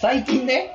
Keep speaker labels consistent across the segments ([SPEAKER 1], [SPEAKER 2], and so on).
[SPEAKER 1] 最近ね、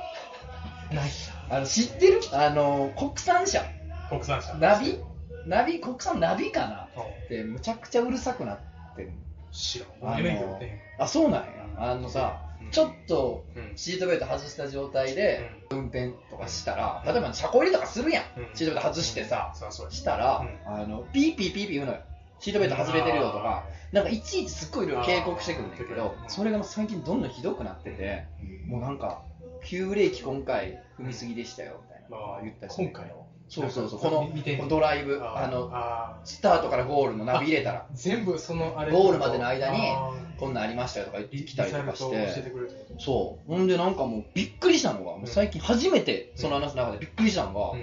[SPEAKER 2] ない。
[SPEAKER 1] あの知ってるあの、国産車。
[SPEAKER 2] 国産車。
[SPEAKER 1] ナビナビ、国産ナビかな
[SPEAKER 2] うん
[SPEAKER 1] って、むちゃくちゃうるさくなってる。
[SPEAKER 2] 知らん。
[SPEAKER 1] あ
[SPEAKER 2] 俺免許持ってへん。
[SPEAKER 1] あ、そうなんや。あのさ、
[SPEAKER 2] うん
[SPEAKER 1] ちょっと
[SPEAKER 2] うん
[SPEAKER 1] シートベルト外した状態で運転とかしたら、例えば車庫入れとかするやん。
[SPEAKER 2] うん
[SPEAKER 1] シートベルト外してさ、
[SPEAKER 2] そうそう。
[SPEAKER 1] したら、あの、ピーピーピーピー言うのよ。シートベルト外れてるよとか、なんかいちいちすっごい色々警告してくるんだけど、
[SPEAKER 2] あー
[SPEAKER 1] それがもう最近どんどんひどくなってて、もうなんか、急ブレーキ今回踏みすぎでしたよみたいな
[SPEAKER 2] あー
[SPEAKER 1] 言ったりして
[SPEAKER 2] 今回の
[SPEAKER 1] そうそうそう、
[SPEAKER 2] な
[SPEAKER 1] こ
[SPEAKER 2] んか
[SPEAKER 1] の
[SPEAKER 2] 見て
[SPEAKER 1] このドライブ、あ
[SPEAKER 2] あ
[SPEAKER 1] の、
[SPEAKER 2] あ
[SPEAKER 1] スタートからゴールのナビ入れたら、
[SPEAKER 2] ー全部そのあれ
[SPEAKER 1] ゴールまでの間に
[SPEAKER 2] あ
[SPEAKER 1] こんなんありましたよとか言っ
[SPEAKER 2] ー
[SPEAKER 1] てきたりとかし
[SPEAKER 2] リザルトを教え
[SPEAKER 1] て
[SPEAKER 2] て。くれるってこ
[SPEAKER 1] そう。ほんでなんかもうびっくりしたのが、もう最近初めてその話の中でびっくりしたのが、
[SPEAKER 2] と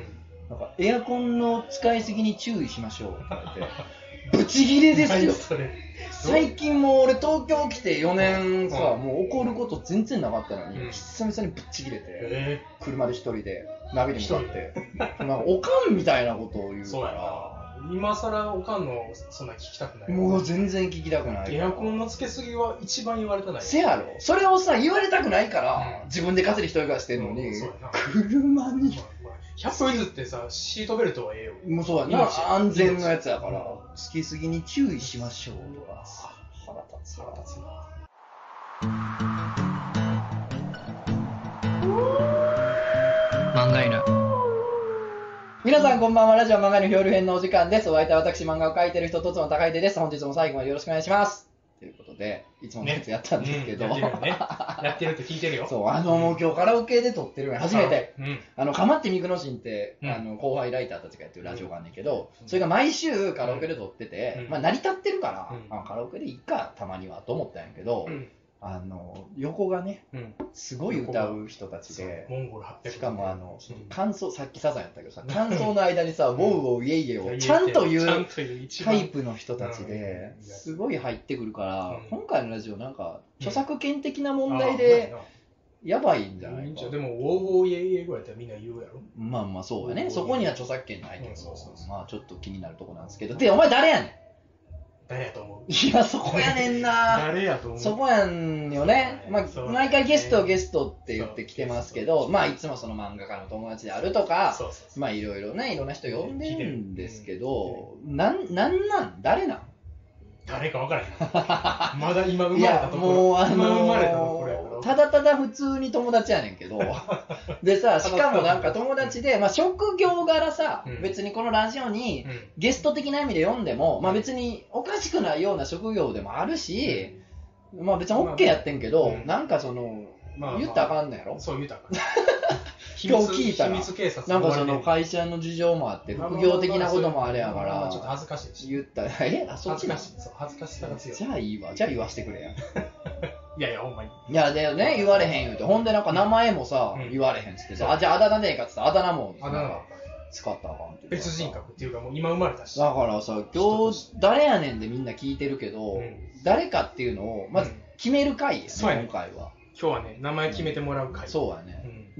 [SPEAKER 1] なんかエアコンの使いすぎに注意しましょうって言われて、 ブチギレですよ
[SPEAKER 2] 何。それ
[SPEAKER 1] 最近もう俺東京来て4年さ、
[SPEAKER 2] うん
[SPEAKER 1] もう怒ること全然なかったのに、
[SPEAKER 2] うん
[SPEAKER 1] 久々にぶっちぎれて、
[SPEAKER 2] え
[SPEAKER 1] 車で一人で、ナビで向かって、なんかおかんみたいなことを言
[SPEAKER 2] ー
[SPEAKER 1] う
[SPEAKER 2] そうや
[SPEAKER 1] か
[SPEAKER 2] な今さらおかんのそんな聞きたくな
[SPEAKER 1] ら、
[SPEAKER 2] い
[SPEAKER 1] もう全然聞きたくない。
[SPEAKER 2] エアコンのつけすぎは一番言われたない
[SPEAKER 1] せやろそれをさ、言われたくないから、
[SPEAKER 2] うん
[SPEAKER 1] 自分で稼いで一人暮らししてんのに
[SPEAKER 2] うんそうやな、
[SPEAKER 1] 車に
[SPEAKER 2] 100歩譲ってさシートベルトはええよ
[SPEAKER 1] もうそうや
[SPEAKER 2] 命
[SPEAKER 1] な、
[SPEAKER 2] や
[SPEAKER 1] 安全のやつやか
[SPEAKER 2] う
[SPEAKER 1] ら
[SPEAKER 2] ん、
[SPEAKER 1] つきすぎに注意しましょうとか、腹立つ
[SPEAKER 2] 腹
[SPEAKER 1] 腹立
[SPEAKER 2] 立つな
[SPEAKER 3] 漫画犬
[SPEAKER 1] つ。皆さんこんばんは、ラジオ漫画の漂流編のお時間です。お相手は私、漫画を描いてる人、とつの高い手です。本日も最後までよろしくお願いします。ということで、いつものやつやったんですけど、
[SPEAKER 2] うんやってるよねやってるって聞いてるよ
[SPEAKER 1] そう、あの、もう今日カラオケで撮ってるのよ初めて。
[SPEAKER 2] うん
[SPEAKER 1] あの、かまってみくのしんって、
[SPEAKER 2] うん
[SPEAKER 1] あの、後輩ライターたちがやってるラジオがあんねんけど、
[SPEAKER 2] うん
[SPEAKER 1] それが毎週カラオケで撮ってて、
[SPEAKER 2] うん
[SPEAKER 1] まあ、成り立ってるから、
[SPEAKER 2] うん
[SPEAKER 1] まあカラオケでいいか、たまにはと思ったんやけど、
[SPEAKER 2] うん
[SPEAKER 1] あの、横がね、
[SPEAKER 2] うん
[SPEAKER 1] すごい歌う人たちで、
[SPEAKER 2] モンゴル800
[SPEAKER 1] しかもあの
[SPEAKER 2] うん、
[SPEAKER 1] 感想、さっきサザンやったけどさ、感想の間にさ、ウォウウォウイエイイエイをち
[SPEAKER 2] ち
[SPEAKER 1] ゃ
[SPEAKER 2] ゃ
[SPEAKER 1] ん
[SPEAKER 2] ん
[SPEAKER 1] と
[SPEAKER 2] と
[SPEAKER 1] 言う
[SPEAKER 2] 言う一
[SPEAKER 1] タイ
[SPEAKER 2] 番
[SPEAKER 1] プの人たちで、
[SPEAKER 2] うん
[SPEAKER 1] すごい入ってくるから
[SPEAKER 2] うん、
[SPEAKER 1] 今回のラジオなんか、
[SPEAKER 2] うん
[SPEAKER 1] 著作権的な問題で、やばいんじ
[SPEAKER 2] あ
[SPEAKER 1] ゃ
[SPEAKER 2] ーまあ
[SPEAKER 1] な
[SPEAKER 2] ない
[SPEAKER 1] か
[SPEAKER 2] で。も、ウォーウォーイエイエイぐらいやったらみんな言うやろ。
[SPEAKER 1] まあまあそうだ
[SPEAKER 2] う
[SPEAKER 1] ね。
[SPEAKER 2] ん
[SPEAKER 1] そこには著作権ないけ
[SPEAKER 2] うんそ
[SPEAKER 1] ど
[SPEAKER 2] うそうそ、う
[SPEAKER 1] まあちょっと気になるとこなんですけど。で、お前誰やね
[SPEAKER 2] 誰やと思うん
[SPEAKER 1] いや、そこやねんな
[SPEAKER 2] 誰やと思う
[SPEAKER 1] そこやんよね。ま
[SPEAKER 2] そ
[SPEAKER 1] あ、
[SPEAKER 2] うね
[SPEAKER 1] 毎回ゲストゲストって言ってきてますけど、
[SPEAKER 2] そう
[SPEAKER 1] まあいつもその漫画家の友達であるとか、
[SPEAKER 2] そうそうそう
[SPEAKER 1] まあいろいろね、いろんな人呼んでるんですけど、なん、なんなん誰なん
[SPEAKER 2] 誰か分からへん。まだ今生
[SPEAKER 1] い
[SPEAKER 2] まれた
[SPEAKER 1] や、
[SPEAKER 2] ところ。
[SPEAKER 1] もうあ
[SPEAKER 2] 今生まれたところやか
[SPEAKER 1] の
[SPEAKER 2] ら。
[SPEAKER 1] ただただ普通に友達やねんけど、 でさ、しかもなんか友達で、まあ職業柄さ
[SPEAKER 2] う、ん
[SPEAKER 1] 別にこのラジオに
[SPEAKER 2] うん、
[SPEAKER 1] ゲスト的な意味で読んでも、まあ別におかしくないような職業でもあるし、まあ別に OK やってんけど
[SPEAKER 2] う、ん
[SPEAKER 1] なんかその、
[SPEAKER 2] まあまあ
[SPEAKER 1] 言ったらあかんのやろ
[SPEAKER 2] そう言うたから。
[SPEAKER 1] 今日聞いたら
[SPEAKER 2] 秘密警察
[SPEAKER 1] なんかその会社の事情もあって、副業的なこともあれやか
[SPEAKER 2] まあちょっと
[SPEAKER 1] ら、
[SPEAKER 2] 恥ずかしいし。
[SPEAKER 1] 言ったら、 えあ、そっち
[SPEAKER 2] 恥ず
[SPEAKER 1] な
[SPEAKER 2] か
[SPEAKER 1] の
[SPEAKER 2] しい。そう恥ずかしさが強い
[SPEAKER 1] じ。ゃあいいわ、じゃあ言わしてくれや。
[SPEAKER 2] いやいや、ほんまに。
[SPEAKER 1] いや、でね、言われへん言うて、ほんでなんか名前もさ、
[SPEAKER 2] うん
[SPEAKER 1] 言われへんっつって
[SPEAKER 2] そう
[SPEAKER 1] さ、あ、じゃああだ名でええかっつって、あだ名も
[SPEAKER 2] あだ名は
[SPEAKER 1] 使ったらあかんっていうか
[SPEAKER 2] 別人格っていうか、もう今生まれたし。
[SPEAKER 1] だからさ、今日、誰やねんでみんな聞いてるけど、
[SPEAKER 2] うん
[SPEAKER 1] 誰かっていうのを、まず
[SPEAKER 2] うん
[SPEAKER 1] 決める回やね、
[SPEAKER 2] そうやね
[SPEAKER 1] 今回は。
[SPEAKER 2] 今日はね、名前決めてもらう会。
[SPEAKER 1] そうや
[SPEAKER 2] う
[SPEAKER 1] ね。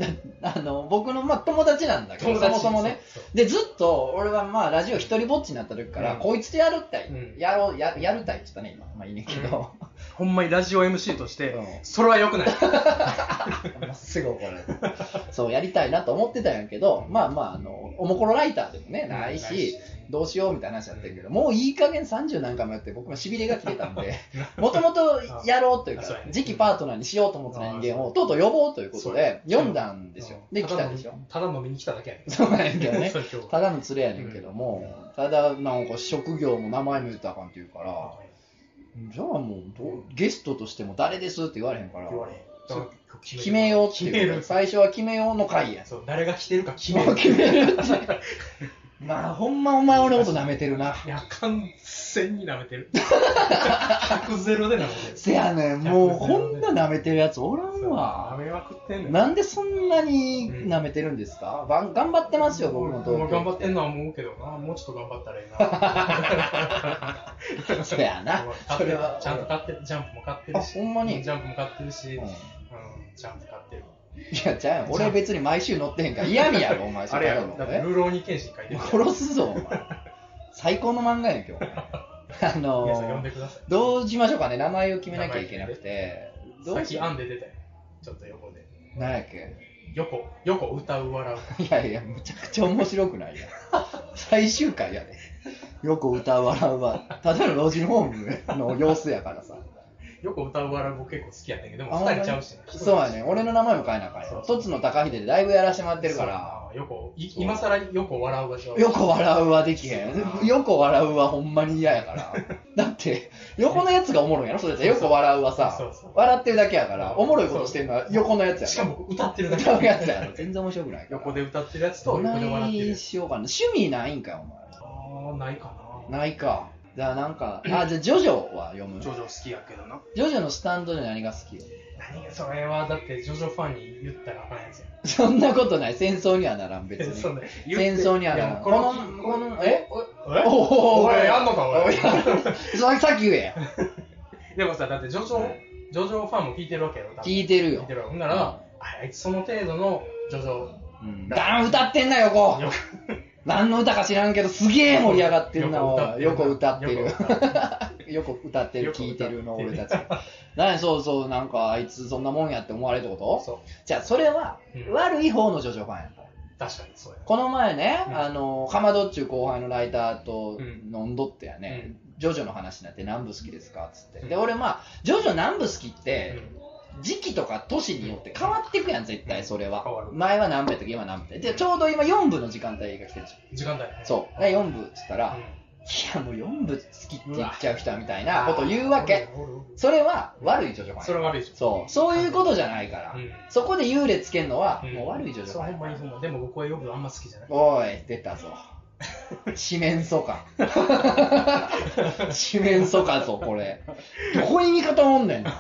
[SPEAKER 2] ん。
[SPEAKER 1] あの、僕の、まあ、友達なんだけど、
[SPEAKER 2] 友
[SPEAKER 1] そ
[SPEAKER 2] 達
[SPEAKER 1] もそもね。。
[SPEAKER 2] そう
[SPEAKER 1] で、ずっと、俺はまあ、ラジオ一人ぼっちになった時から、
[SPEAKER 2] うん
[SPEAKER 1] こいつとやるったい、
[SPEAKER 2] うん
[SPEAKER 1] やろう、ややるたいって言ったね、今。まあ、いいねんけど、
[SPEAKER 2] ほんまにラジオ MC として
[SPEAKER 1] うん、
[SPEAKER 2] それは良くない。
[SPEAKER 1] まっすぐ怒られる。 そう、やりたいなと思ってたんやけど、まあまあ、あの、おもころライターでもね、ないし、どうしようみたいな話だったけど、もういい加減30何回もやって、僕も痺れが来てたん で、もともとやろうというか
[SPEAKER 2] あそうや、ね
[SPEAKER 1] 次期パートナーにしようと思ってた人間を、とうとう呼ぼうということで、
[SPEAKER 2] そうや
[SPEAKER 1] 読んだんですよ。で、来たんでしょ。
[SPEAKER 2] ただ飲みに来ただけやねん。
[SPEAKER 1] そうなんやけどね
[SPEAKER 2] そう今日。
[SPEAKER 1] ただの連れやねんけども、ただ、なんか職業も名前も言ったらあかんって言うから、じゃあもうどう、ゲストとしても誰ですって言われへんから、
[SPEAKER 2] 言われへん
[SPEAKER 1] そう決めようって
[SPEAKER 2] 決め
[SPEAKER 1] いう。
[SPEAKER 2] る。
[SPEAKER 1] 最初は決めようの回や。
[SPEAKER 2] そう、誰が来てるか決め
[SPEAKER 1] も
[SPEAKER 2] る
[SPEAKER 1] う。決めるって。 まあ、ほんまお前俺のこと舐めてるな。
[SPEAKER 2] いや、完全に舐めて る。100ゼロで舐めてる。
[SPEAKER 1] せやねん、もうこんな舐めてるやつおらん
[SPEAKER 2] 舐
[SPEAKER 1] わ。
[SPEAKER 2] めまくってんねん。
[SPEAKER 1] なんでそんなに舐めてるんですか、ばん頑張ってますよ、僕も
[SPEAKER 2] もう頑張
[SPEAKER 1] 東
[SPEAKER 2] ってんのは思うけどな、もうちょっと頑張ったらい い
[SPEAKER 1] 京。せやな。
[SPEAKER 2] な。
[SPEAKER 1] それは。
[SPEAKER 2] ちゃんと買ってる、ジャンプも買ってるし。
[SPEAKER 1] あほんまに
[SPEAKER 2] うジャンプも買ってるし、
[SPEAKER 1] う
[SPEAKER 2] うんん、ジャンプ買ってる。
[SPEAKER 1] いや、じゃあ、俺別に毎週乗ってへんから嫌味やろ、お前。
[SPEAKER 2] あれや
[SPEAKER 1] そ
[SPEAKER 2] ろ、
[SPEAKER 1] ん
[SPEAKER 2] だ
[SPEAKER 1] な
[SPEAKER 2] っ
[SPEAKER 1] の
[SPEAKER 2] てルーローニケンシン書いて
[SPEAKER 1] え
[SPEAKER 2] るやん。
[SPEAKER 1] 殺すぞ、お前。最高の漫画やねん、今 日。あの
[SPEAKER 2] 皆さん呼ん
[SPEAKER 1] ー
[SPEAKER 2] でください。
[SPEAKER 1] どうしましょうかね、名前を決めなきゃいけなくて。ど
[SPEAKER 2] さ
[SPEAKER 1] う
[SPEAKER 2] っ
[SPEAKER 1] し
[SPEAKER 2] き
[SPEAKER 1] よう
[SPEAKER 2] 案で出たよ。ちょっと横で。
[SPEAKER 1] 何やっけ
[SPEAKER 2] 横、横歌う笑う。
[SPEAKER 1] いやいや、むちゃくちゃ面白くないやん。最終回やで。よく歌う笑うは、ただの老人ホームの様子やからさ。
[SPEAKER 2] 横歌う笑う僕結構好きやったけど、でも
[SPEAKER 1] あ
[SPEAKER 2] 二人ちゃうしな。
[SPEAKER 1] そうやね。俺の名前も変えなあかん
[SPEAKER 2] そう
[SPEAKER 1] よ。
[SPEAKER 2] そう
[SPEAKER 1] とつの高秀でだいぶやらしてもらってるから。
[SPEAKER 2] そうやな。横、い今更横笑う場所。
[SPEAKER 1] よく笑うはできへ
[SPEAKER 2] そ
[SPEAKER 1] ん。
[SPEAKER 2] う
[SPEAKER 1] よく笑うはほんまに嫌やから。だって、横のやつがおもろいやろ、それじゃ。よく笑うは
[SPEAKER 2] そう
[SPEAKER 1] さ
[SPEAKER 2] そうそう、
[SPEAKER 1] 笑ってるだけやから、おもろいことしてるのは横のやつやろ。
[SPEAKER 2] しかも歌ってるだ
[SPEAKER 1] 歌うやつ
[SPEAKER 2] け。
[SPEAKER 1] やろ。全然面白くないから。
[SPEAKER 2] 横で歌ってるやつと横で
[SPEAKER 1] な
[SPEAKER 2] 笑ってる
[SPEAKER 1] い
[SPEAKER 2] やつ。
[SPEAKER 1] しようかな。趣味ないんかよ、お
[SPEAKER 2] あー、ないかな。
[SPEAKER 1] 前。ないか。じゃあなんか、あ、じゃあジョジョは読む。
[SPEAKER 2] ジ
[SPEAKER 1] ジ
[SPEAKER 2] ョジョ好きやけどな。
[SPEAKER 1] ョジョのスタンドで何が好きよ。
[SPEAKER 2] 何がそれはだってジョジョファンに言ったらあかんやつや。
[SPEAKER 1] そんなことない。戦争にはならん、別に。
[SPEAKER 2] そうね
[SPEAKER 1] 戦争にはなら
[SPEAKER 2] いや
[SPEAKER 1] ん。こ
[SPEAKER 2] この
[SPEAKER 1] の、
[SPEAKER 2] こ
[SPEAKER 1] こ
[SPEAKER 2] の
[SPEAKER 1] の、え
[SPEAKER 2] え
[SPEAKER 1] おお
[SPEAKER 2] おいやんのかおい
[SPEAKER 1] ささっき言え
[SPEAKER 2] でもさだってジョジョ、ジョジョファンも聞いてるわけやろ多分
[SPEAKER 1] 聞いてる
[SPEAKER 2] 聞い
[SPEAKER 1] よ
[SPEAKER 2] てるわほんなら、ああいつその程度のジョジョ
[SPEAKER 1] うんだん歌ってんな横
[SPEAKER 2] よ
[SPEAKER 1] 何の歌か知らんけどすげえ盛り上がってるな
[SPEAKER 2] よく
[SPEAKER 1] おいよく歌って
[SPEAKER 2] よ
[SPEAKER 1] る
[SPEAKER 2] く歌ってる
[SPEAKER 1] 横歌ってる聞いてるの
[SPEAKER 2] よ
[SPEAKER 1] 俺
[SPEAKER 2] く歌った
[SPEAKER 1] ち何そうそうなんかあいつそんなもんやって思われるってこと
[SPEAKER 2] そう
[SPEAKER 1] じゃあそれは
[SPEAKER 2] うん
[SPEAKER 1] 悪い方のジョジョファンや
[SPEAKER 2] 確かにそうや
[SPEAKER 1] この前ね、
[SPEAKER 2] うん
[SPEAKER 1] あのかまどっちゅう後輩のライターと
[SPEAKER 2] うん
[SPEAKER 1] 飲んどってやね、ジョジョの話になって何部好きですかっつって、で
[SPEAKER 2] うん
[SPEAKER 1] 俺まあジョジョ何部好きって、
[SPEAKER 2] うん
[SPEAKER 1] 時期とか年によって変わっていくやん絶対それ
[SPEAKER 2] 変わ
[SPEAKER 1] は
[SPEAKER 2] る
[SPEAKER 1] 前は何部やったっけ今何部やったっけでちょうど今4部の時間帯が来てるじゃ
[SPEAKER 2] 時間帯
[SPEAKER 1] んそうで4部っつったら、い
[SPEAKER 2] ん
[SPEAKER 1] やもう4部好きって言っちゃう人はみたいなこと言うわけ
[SPEAKER 2] おるおる
[SPEAKER 1] それは悪いジョジョファン
[SPEAKER 2] それは悪いジョジョ
[SPEAKER 1] そうそういうことじゃないから、
[SPEAKER 2] うん
[SPEAKER 1] そこで幽霊つけんのは、
[SPEAKER 2] うん
[SPEAKER 1] もう悪いジョジョフ
[SPEAKER 2] そう
[SPEAKER 1] ァ
[SPEAKER 2] ほ
[SPEAKER 1] ン
[SPEAKER 2] んまにほんまでも僕はよくあんま好きじゃない
[SPEAKER 1] おい出たぞ四面楚歌四面楚歌ぞこれどこに味方おんねん
[SPEAKER 2] でも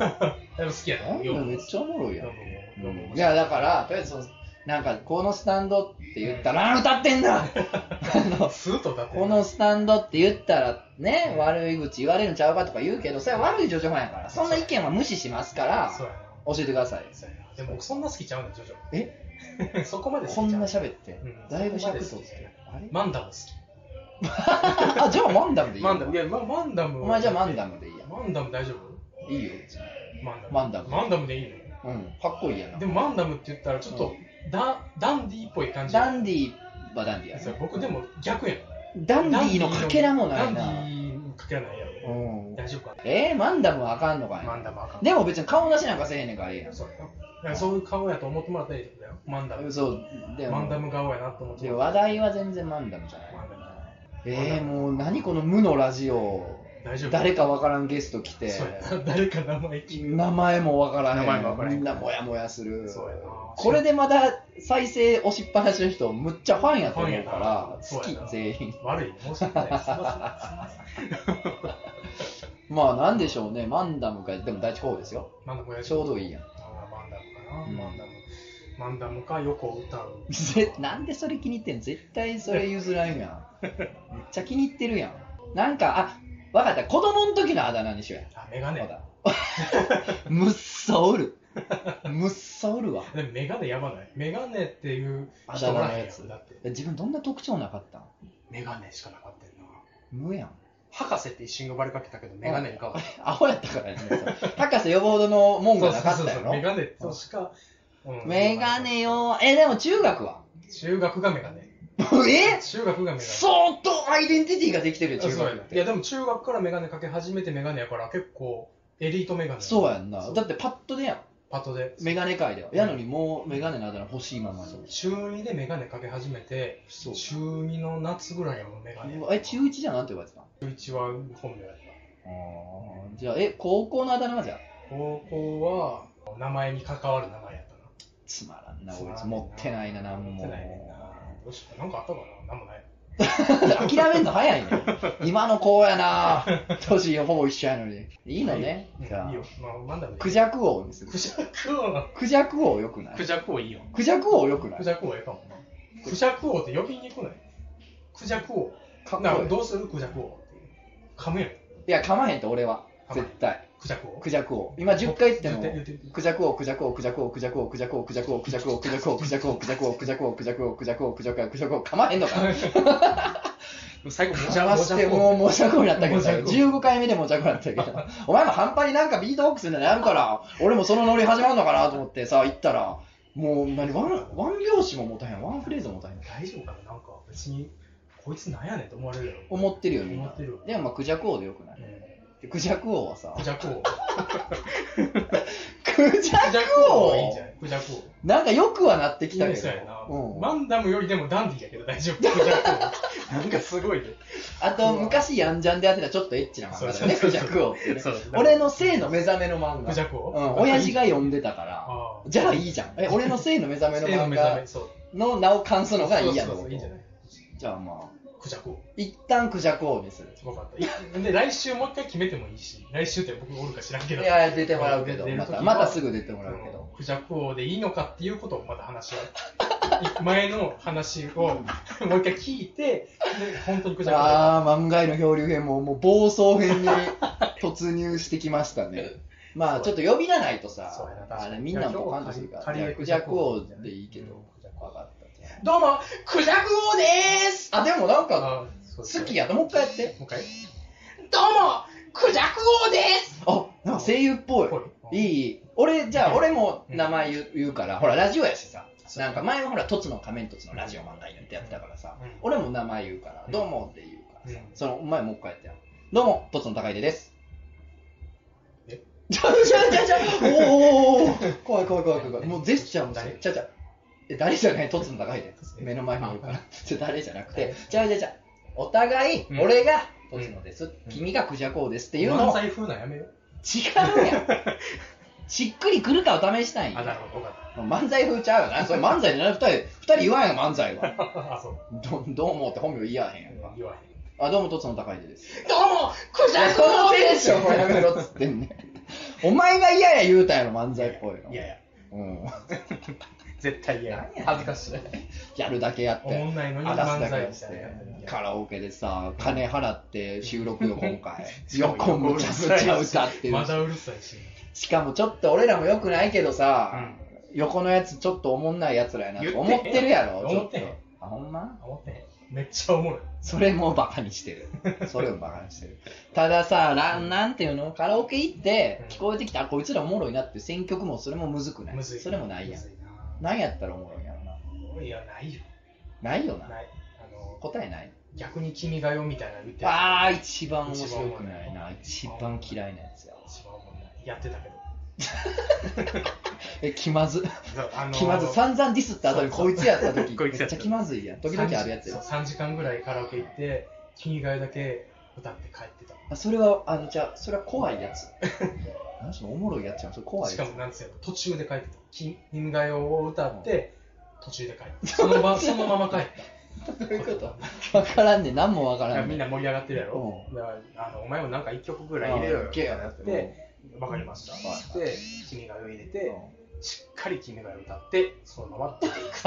[SPEAKER 2] 好きや
[SPEAKER 1] なん
[SPEAKER 2] ね
[SPEAKER 1] だ
[SPEAKER 2] よく
[SPEAKER 1] めっちゃおもろいやん
[SPEAKER 2] よくよく
[SPEAKER 1] いやだからとりあえずそのなんかこのスタンドって言ったら、あ歌ってんだあの
[SPEAKER 2] スーとだって
[SPEAKER 1] このスタンドって言ったらね、
[SPEAKER 2] うん
[SPEAKER 1] 悪い口言われるんちゃうかとか言うけどそれは悪いジョジョファンやからそんな意見は無視しますから
[SPEAKER 2] そうやな
[SPEAKER 1] 教えてください
[SPEAKER 2] そうやなでも僕そんな好きちゃうねんジョジョ
[SPEAKER 1] え
[SPEAKER 2] そこまで好きち
[SPEAKER 1] こ
[SPEAKER 2] ゃうん
[SPEAKER 1] な喋って、
[SPEAKER 2] うん
[SPEAKER 1] だいぶ尺取っ
[SPEAKER 2] そこまで好き
[SPEAKER 1] てあれ、
[SPEAKER 2] マンダム好
[SPEAKER 1] あじゃあマンダムでい
[SPEAKER 2] き
[SPEAKER 1] いよ
[SPEAKER 2] マンダムいやまマンダム
[SPEAKER 1] お前じゃあマンダムでいいや
[SPEAKER 2] マンダム大丈夫
[SPEAKER 1] いいよ
[SPEAKER 2] マンダム。
[SPEAKER 1] マンダム
[SPEAKER 2] マンダムでいいの
[SPEAKER 1] うんかっこいいやな
[SPEAKER 2] でもマンダムって言ったらちょっとダ,、ダンディーっぽい感じ。
[SPEAKER 1] ダンディはダンディや
[SPEAKER 2] そう
[SPEAKER 1] ね
[SPEAKER 2] 僕でも逆やん。
[SPEAKER 1] ダンディのかけらもない
[SPEAKER 2] ダン
[SPEAKER 1] な
[SPEAKER 2] ディーのかけらないや
[SPEAKER 1] う
[SPEAKER 2] ろ。
[SPEAKER 1] ん
[SPEAKER 2] 大丈夫か
[SPEAKER 1] えー、マンダムはあかんのかい
[SPEAKER 2] マンダムあかん。
[SPEAKER 1] でも別に顔出しなんかせえへんねんからええやん
[SPEAKER 2] そうだからそういう顔やと思ってもらったらいいってことだよ。マンダム。
[SPEAKER 1] そうでも
[SPEAKER 2] マンダム顔やなと思って
[SPEAKER 1] で
[SPEAKER 2] もら
[SPEAKER 1] 話
[SPEAKER 2] ったら
[SPEAKER 1] 題は全然マンダムじゃない
[SPEAKER 2] マンダム
[SPEAKER 1] えー、もう何この無のラジオ
[SPEAKER 2] 大丈夫
[SPEAKER 1] 誰かわからんゲスト来て
[SPEAKER 2] そうやな。誰か名前聞い
[SPEAKER 1] 名前もわからへん
[SPEAKER 2] 名前もわからへん
[SPEAKER 1] みんなモヤモヤする
[SPEAKER 2] そうやな
[SPEAKER 1] これでまだ再生押しっぱなしの人むっちゃファンやと思うか
[SPEAKER 2] ファンやな
[SPEAKER 1] ら好
[SPEAKER 2] そうやな
[SPEAKER 1] き全員
[SPEAKER 2] 悪い。申し訳ない。すいま
[SPEAKER 1] まあなんでしょうねマンダムかでも第一候補ですよ
[SPEAKER 2] せん。マンダムや
[SPEAKER 1] ちょうどいいやん
[SPEAKER 2] あーマンダムかな、
[SPEAKER 1] うん
[SPEAKER 2] マンダム。マンダムか、横歌う。
[SPEAKER 1] ぜ なんでそれ気に入ってん絶対それ譲らんやんめっちゃ気に入ってるやんなんかあわかった子供の時のあだ名にしようや
[SPEAKER 2] あ、メガネ
[SPEAKER 1] ま。だ むっそおるむっそおるわ
[SPEAKER 2] でもメガネやばない。メガネっていう
[SPEAKER 1] あ
[SPEAKER 2] 人
[SPEAKER 1] だ
[SPEAKER 2] お
[SPEAKER 1] 名
[SPEAKER 2] ら
[SPEAKER 1] の
[SPEAKER 2] へん
[SPEAKER 1] や
[SPEAKER 2] や
[SPEAKER 1] つ
[SPEAKER 2] つだって。
[SPEAKER 1] 自分どんな特徴なかったん
[SPEAKER 2] メガネしかなかったよな。
[SPEAKER 1] 無やん
[SPEAKER 2] 博士って一瞬呼ばれかけたけど、メガネに変わった。
[SPEAKER 1] アホやったからやね高瀬呼ぶほどのもんがなかったやろ
[SPEAKER 2] メガネとしか。うん
[SPEAKER 1] メガネ。よえでも中学は
[SPEAKER 2] 中学がメガネ。
[SPEAKER 1] え
[SPEAKER 2] 中学がメガネ。
[SPEAKER 1] 相当アイデンティティができてるよ
[SPEAKER 2] あ
[SPEAKER 1] 中
[SPEAKER 2] そうや
[SPEAKER 1] 学っ
[SPEAKER 2] な
[SPEAKER 1] て
[SPEAKER 2] いや、でも中学からメガネかけ始めてメガネやから、結構エリートメガネ。
[SPEAKER 1] そう
[SPEAKER 2] や。
[SPEAKER 1] やんな。
[SPEAKER 2] そう
[SPEAKER 1] だってパッとでやん。
[SPEAKER 2] パトで。
[SPEAKER 1] メガネ界では。やのにもうメガネのあだ名欲しいままに。
[SPEAKER 2] 中2でメガネかけ始めて、
[SPEAKER 1] そ
[SPEAKER 2] 中2の夏ぐらいやもん、メガネ。
[SPEAKER 1] え、中1じゃなんて呼ばれてたの
[SPEAKER 2] 中1は本名やった。
[SPEAKER 1] あーじゃあ、え、高校のあだ名はじゃあ
[SPEAKER 2] 高校は、名前に関わる名前やったな。
[SPEAKER 1] つまらんな、こいつ。持ってないな、なん
[SPEAKER 2] 持
[SPEAKER 1] も
[SPEAKER 2] って。ないねんな。どうしようか。なんかあったかななんもない。
[SPEAKER 1] 諦めんの早いね。 今の子やな。年ほぼ一緒やのに。いいのね。じゃ
[SPEAKER 2] いいよ
[SPEAKER 1] あ、。
[SPEAKER 2] まあ、なんだろうね。
[SPEAKER 1] クジャク王にする
[SPEAKER 2] ク。ジャク王。
[SPEAKER 1] クジャク王よくない
[SPEAKER 2] クジャク王いいよ。
[SPEAKER 1] クジャク王よくない
[SPEAKER 2] クジャク王ええかもな。クジャク王って呼びにくないクジャク王。
[SPEAKER 1] かっ
[SPEAKER 2] な
[SPEAKER 1] こいい。
[SPEAKER 2] どうするクジャク王っていう。噛むやん。
[SPEAKER 1] いや、かまへんと俺は。絶対。
[SPEAKER 2] クジャク王。
[SPEAKER 1] クジャク王。今10回言っても
[SPEAKER 2] 言うて言うて。
[SPEAKER 1] クジャク王、クジャク王、クジャク王、クジャク王、クジャク王、クジャク王、クジャク王、クジャク王、クジャク王、クジャク王、クジャク王、クジャク王、クジャク王、クジャク王、クジャク王、クジャク王、かまへんのか。
[SPEAKER 2] 最後、
[SPEAKER 1] 邪魔して、もう、もじゃこになったけど、
[SPEAKER 2] もじゃこ
[SPEAKER 1] 15回目でもじゃこになったけど、 お前も半端になんかビートボックスでやるから、俺もそのノリ始まるのかなと思ってさ、行ったら、もう、なに、ワン、ワン拍子も持たへん、ワンフレーズも持たへん。
[SPEAKER 2] 大丈夫かななんか、別に、こいつなんやねんと思われるやろ。
[SPEAKER 1] 思ってるよ、みん
[SPEAKER 2] 思
[SPEAKER 1] な
[SPEAKER 2] ってるわ。
[SPEAKER 1] でも、まあ、クジャク王でよくない
[SPEAKER 2] え
[SPEAKER 1] でクジャク王はさ
[SPEAKER 2] ー、ク、ジャク王。
[SPEAKER 1] クジャ
[SPEAKER 2] クジャ
[SPEAKER 1] ク
[SPEAKER 2] ク王
[SPEAKER 1] 王
[SPEAKER 2] はいいんじゃないクジャク王。
[SPEAKER 1] なんかよくはなってきたけ
[SPEAKER 2] いい
[SPEAKER 1] ど
[SPEAKER 2] やな、
[SPEAKER 1] うん
[SPEAKER 2] マンダムよりでもダンディーやけど大丈夫。クジャク王。 なんかすごいね。
[SPEAKER 1] あと、昔、ヤンジャンでやってたちょっとエッチな漫画だよね、
[SPEAKER 2] そ
[SPEAKER 1] ク
[SPEAKER 2] う
[SPEAKER 1] ジ
[SPEAKER 2] そう
[SPEAKER 1] ャ
[SPEAKER 2] そう
[SPEAKER 1] ク王ってね
[SPEAKER 2] そうそう。
[SPEAKER 1] 俺の性の目覚めの漫
[SPEAKER 2] クジ
[SPEAKER 1] 画。
[SPEAKER 2] ャク
[SPEAKER 1] う
[SPEAKER 2] 王。
[SPEAKER 1] ん、親父が読んでたから、
[SPEAKER 2] ああ。
[SPEAKER 1] じゃあいいじゃん。え、俺の性の目覚めの
[SPEAKER 2] 絵の
[SPEAKER 1] 漫
[SPEAKER 2] 目覚
[SPEAKER 1] 画
[SPEAKER 2] め、そう。
[SPEAKER 1] の名を冠すのがいいや
[SPEAKER 2] そう
[SPEAKER 1] ろ
[SPEAKER 2] そうそういいんじゃない
[SPEAKER 1] じゃあまあ、
[SPEAKER 2] クジャク王。
[SPEAKER 1] 一旦クジャク王にする。
[SPEAKER 2] 分かった。で、来週もう一回決めてもいいし、来週って僕おるか知らんけ
[SPEAKER 1] い
[SPEAKER 2] ど。
[SPEAKER 1] や、出てもらうけど、
[SPEAKER 2] 出る
[SPEAKER 1] ま
[SPEAKER 2] 時
[SPEAKER 1] た
[SPEAKER 2] は
[SPEAKER 1] またすぐ出てもらうけ
[SPEAKER 2] あの
[SPEAKER 1] ど。
[SPEAKER 2] クジャク王でいいのかっていうことをまた話し合う。 前の話をもう一回聞いて、で本当にクジャク王だ
[SPEAKER 1] ああ、漫画への漂流編も、もう暴走編に突入してきましたね。まあ、ちょっと呼びがないと
[SPEAKER 2] そう
[SPEAKER 1] さ
[SPEAKER 2] やな、確か
[SPEAKER 1] あ
[SPEAKER 2] に
[SPEAKER 1] れみんなも感動するから、
[SPEAKER 2] 仮
[SPEAKER 1] じゃあ
[SPEAKER 2] 仮
[SPEAKER 1] クジャク王でいいけど
[SPEAKER 2] うんクジャ、ク王
[SPEAKER 1] 分かったじゃ
[SPEAKER 2] どうも、クジャク王でーす
[SPEAKER 1] あ。あ、でもなんか、
[SPEAKER 2] あそうです
[SPEAKER 1] 好きやった。もう一回やって。
[SPEAKER 2] もう一回。どうも、クジャク王です
[SPEAKER 1] あ、なんか声優っぽい。いいいい。俺、じゃあ、俺も名前言う言うから、ほら、ラジオやしさ。なんか前はほら、とつの仮面とつのラジオ漫才やってやってたからさ
[SPEAKER 2] うん、
[SPEAKER 1] 俺も名前言うから
[SPEAKER 2] う、ん
[SPEAKER 1] どうもって言うからさ
[SPEAKER 2] う、ん
[SPEAKER 1] その、お前もう一回やってやどうも、とつの高いでです。
[SPEAKER 2] え
[SPEAKER 1] ちゃうちゃうちゃうちゃうおーおーおーお ー怖い怖い怖い怖い。もうジェスチャーも
[SPEAKER 2] 誰
[SPEAKER 1] ちゃうちゃう。え、誰じゃない、とつの高いで。目の前にいるから。ちょ、誰じゃなくて、ちゃうちゃうちゃう。お互い、
[SPEAKER 2] うん
[SPEAKER 1] 俺がとつのです、君がクジャコウですっていうのを
[SPEAKER 2] 漫才風なんやめよう。
[SPEAKER 1] 違う やん。しっくりくるかを試したいん
[SPEAKER 2] あ、なる
[SPEAKER 1] や。
[SPEAKER 2] ほど、分か
[SPEAKER 1] 漫才風ちゃうよな。それ漫才じゃない。二人、二人言わんよ、漫才は。
[SPEAKER 2] った。 あ、そう。
[SPEAKER 1] どどうもって本名言いやへんやんか。
[SPEAKER 2] 言わ
[SPEAKER 1] あ、どうも、とつの高いです。
[SPEAKER 2] へん。どうも、クジャク
[SPEAKER 1] この
[SPEAKER 2] 王
[SPEAKER 1] テ
[SPEAKER 2] で
[SPEAKER 1] ンションもやめろっつってんねん。 お前が嫌や言うたんやろ、漫才っぽいの。
[SPEAKER 2] すいやいや、
[SPEAKER 1] うん。
[SPEAKER 2] 絶対嫌や
[SPEAKER 1] 何や。
[SPEAKER 2] 恥ずかしい。
[SPEAKER 1] やるだけやっ
[SPEAKER 2] おも
[SPEAKER 1] て。
[SPEAKER 2] んないのに
[SPEAKER 1] あ出すだ
[SPEAKER 2] 漫
[SPEAKER 1] け
[SPEAKER 2] 才
[SPEAKER 1] や
[SPEAKER 2] み
[SPEAKER 1] ったて
[SPEAKER 2] い。な。
[SPEAKER 1] カラオケでさ、金払って収録よ、今回。
[SPEAKER 2] しかも
[SPEAKER 1] 横むちゃむちゃ歌ってる
[SPEAKER 2] まだうるさいし。
[SPEAKER 1] し。しかもちょっと俺らも良くないけどさ、横のやつちょっとおもんないやつらやなと思ってるやろ
[SPEAKER 2] 言ってへん
[SPEAKER 1] ちょっとあほんま
[SPEAKER 2] 思ってへん。めっちゃおもろい。
[SPEAKER 1] それもバカにして るそれもバカにしてるたださななんていうのカラオケ行って
[SPEAKER 2] うん
[SPEAKER 1] 聞こえてきたあこいつらおもろいなっていう選曲もそれもむずくない
[SPEAKER 2] むずい。
[SPEAKER 1] それもないやん
[SPEAKER 2] むずな
[SPEAKER 1] なんやったらおもろいんやろない
[SPEAKER 2] や、ないよ。
[SPEAKER 1] ないよな
[SPEAKER 2] ない。あの、
[SPEAKER 1] 答えない
[SPEAKER 2] 逆に君が代みたいなの言ってた
[SPEAKER 1] あー一番面白くないな一
[SPEAKER 2] 一番
[SPEAKER 1] 番嫌いなやつや
[SPEAKER 2] 一番おもんないやってたけど
[SPEAKER 1] え気まず
[SPEAKER 2] あのー
[SPEAKER 1] 気まず散々ディスった後にこいつやった時
[SPEAKER 2] こ
[SPEAKER 1] め
[SPEAKER 2] い
[SPEAKER 1] っ
[SPEAKER 2] つ
[SPEAKER 1] ち
[SPEAKER 2] や
[SPEAKER 1] ゃ
[SPEAKER 2] った
[SPEAKER 1] 気まずいやん時々あるやつや
[SPEAKER 2] そう3時間ぐらいカラオケ行って君が代だけ歌って帰って
[SPEAKER 1] あそれはあのじゃあそれは怖いや つ何そのおもろいやつやんそれ
[SPEAKER 2] た
[SPEAKER 1] 怖い
[SPEAKER 2] し
[SPEAKER 1] や
[SPEAKER 2] か
[SPEAKER 1] つ
[SPEAKER 2] もなんつうの途中で帰ってた君君が代を歌って途中で帰った その場そのまま帰っ
[SPEAKER 1] どういうことわからんねん何もわから
[SPEAKER 2] た
[SPEAKER 1] んね
[SPEAKER 2] みんな盛り上がってるやろ
[SPEAKER 1] う
[SPEAKER 2] だからあのお前もなんか1曲ぐ
[SPEAKER 1] ぐ
[SPEAKER 2] らい入れようよ
[SPEAKER 1] けや
[SPEAKER 2] っ
[SPEAKER 1] な
[SPEAKER 2] て
[SPEAKER 1] うん
[SPEAKER 2] でわかりました
[SPEAKER 1] はい
[SPEAKER 2] つって君が代入れて
[SPEAKER 1] うん
[SPEAKER 2] しっかり君が代歌ってそのまま出ていく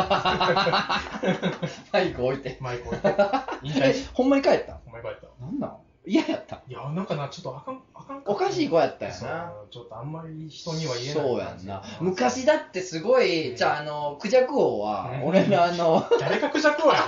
[SPEAKER 1] マイク置いて
[SPEAKER 2] マイク置い て引退
[SPEAKER 1] え
[SPEAKER 2] し
[SPEAKER 1] ほんまに帰った
[SPEAKER 2] お前帰った
[SPEAKER 1] なんなん嫌やった
[SPEAKER 2] いや、なんかな、ちょっとあかん、あかん
[SPEAKER 1] おかしい子やったよ
[SPEAKER 2] そ
[SPEAKER 1] な
[SPEAKER 2] うちょっとあんまり人には言えない。
[SPEAKER 1] そうやんな昔だってすご
[SPEAKER 2] う
[SPEAKER 1] い
[SPEAKER 2] ん
[SPEAKER 1] じゃああのクジャク王は
[SPEAKER 2] うん
[SPEAKER 1] 俺のあの
[SPEAKER 2] 誰かクジャク王や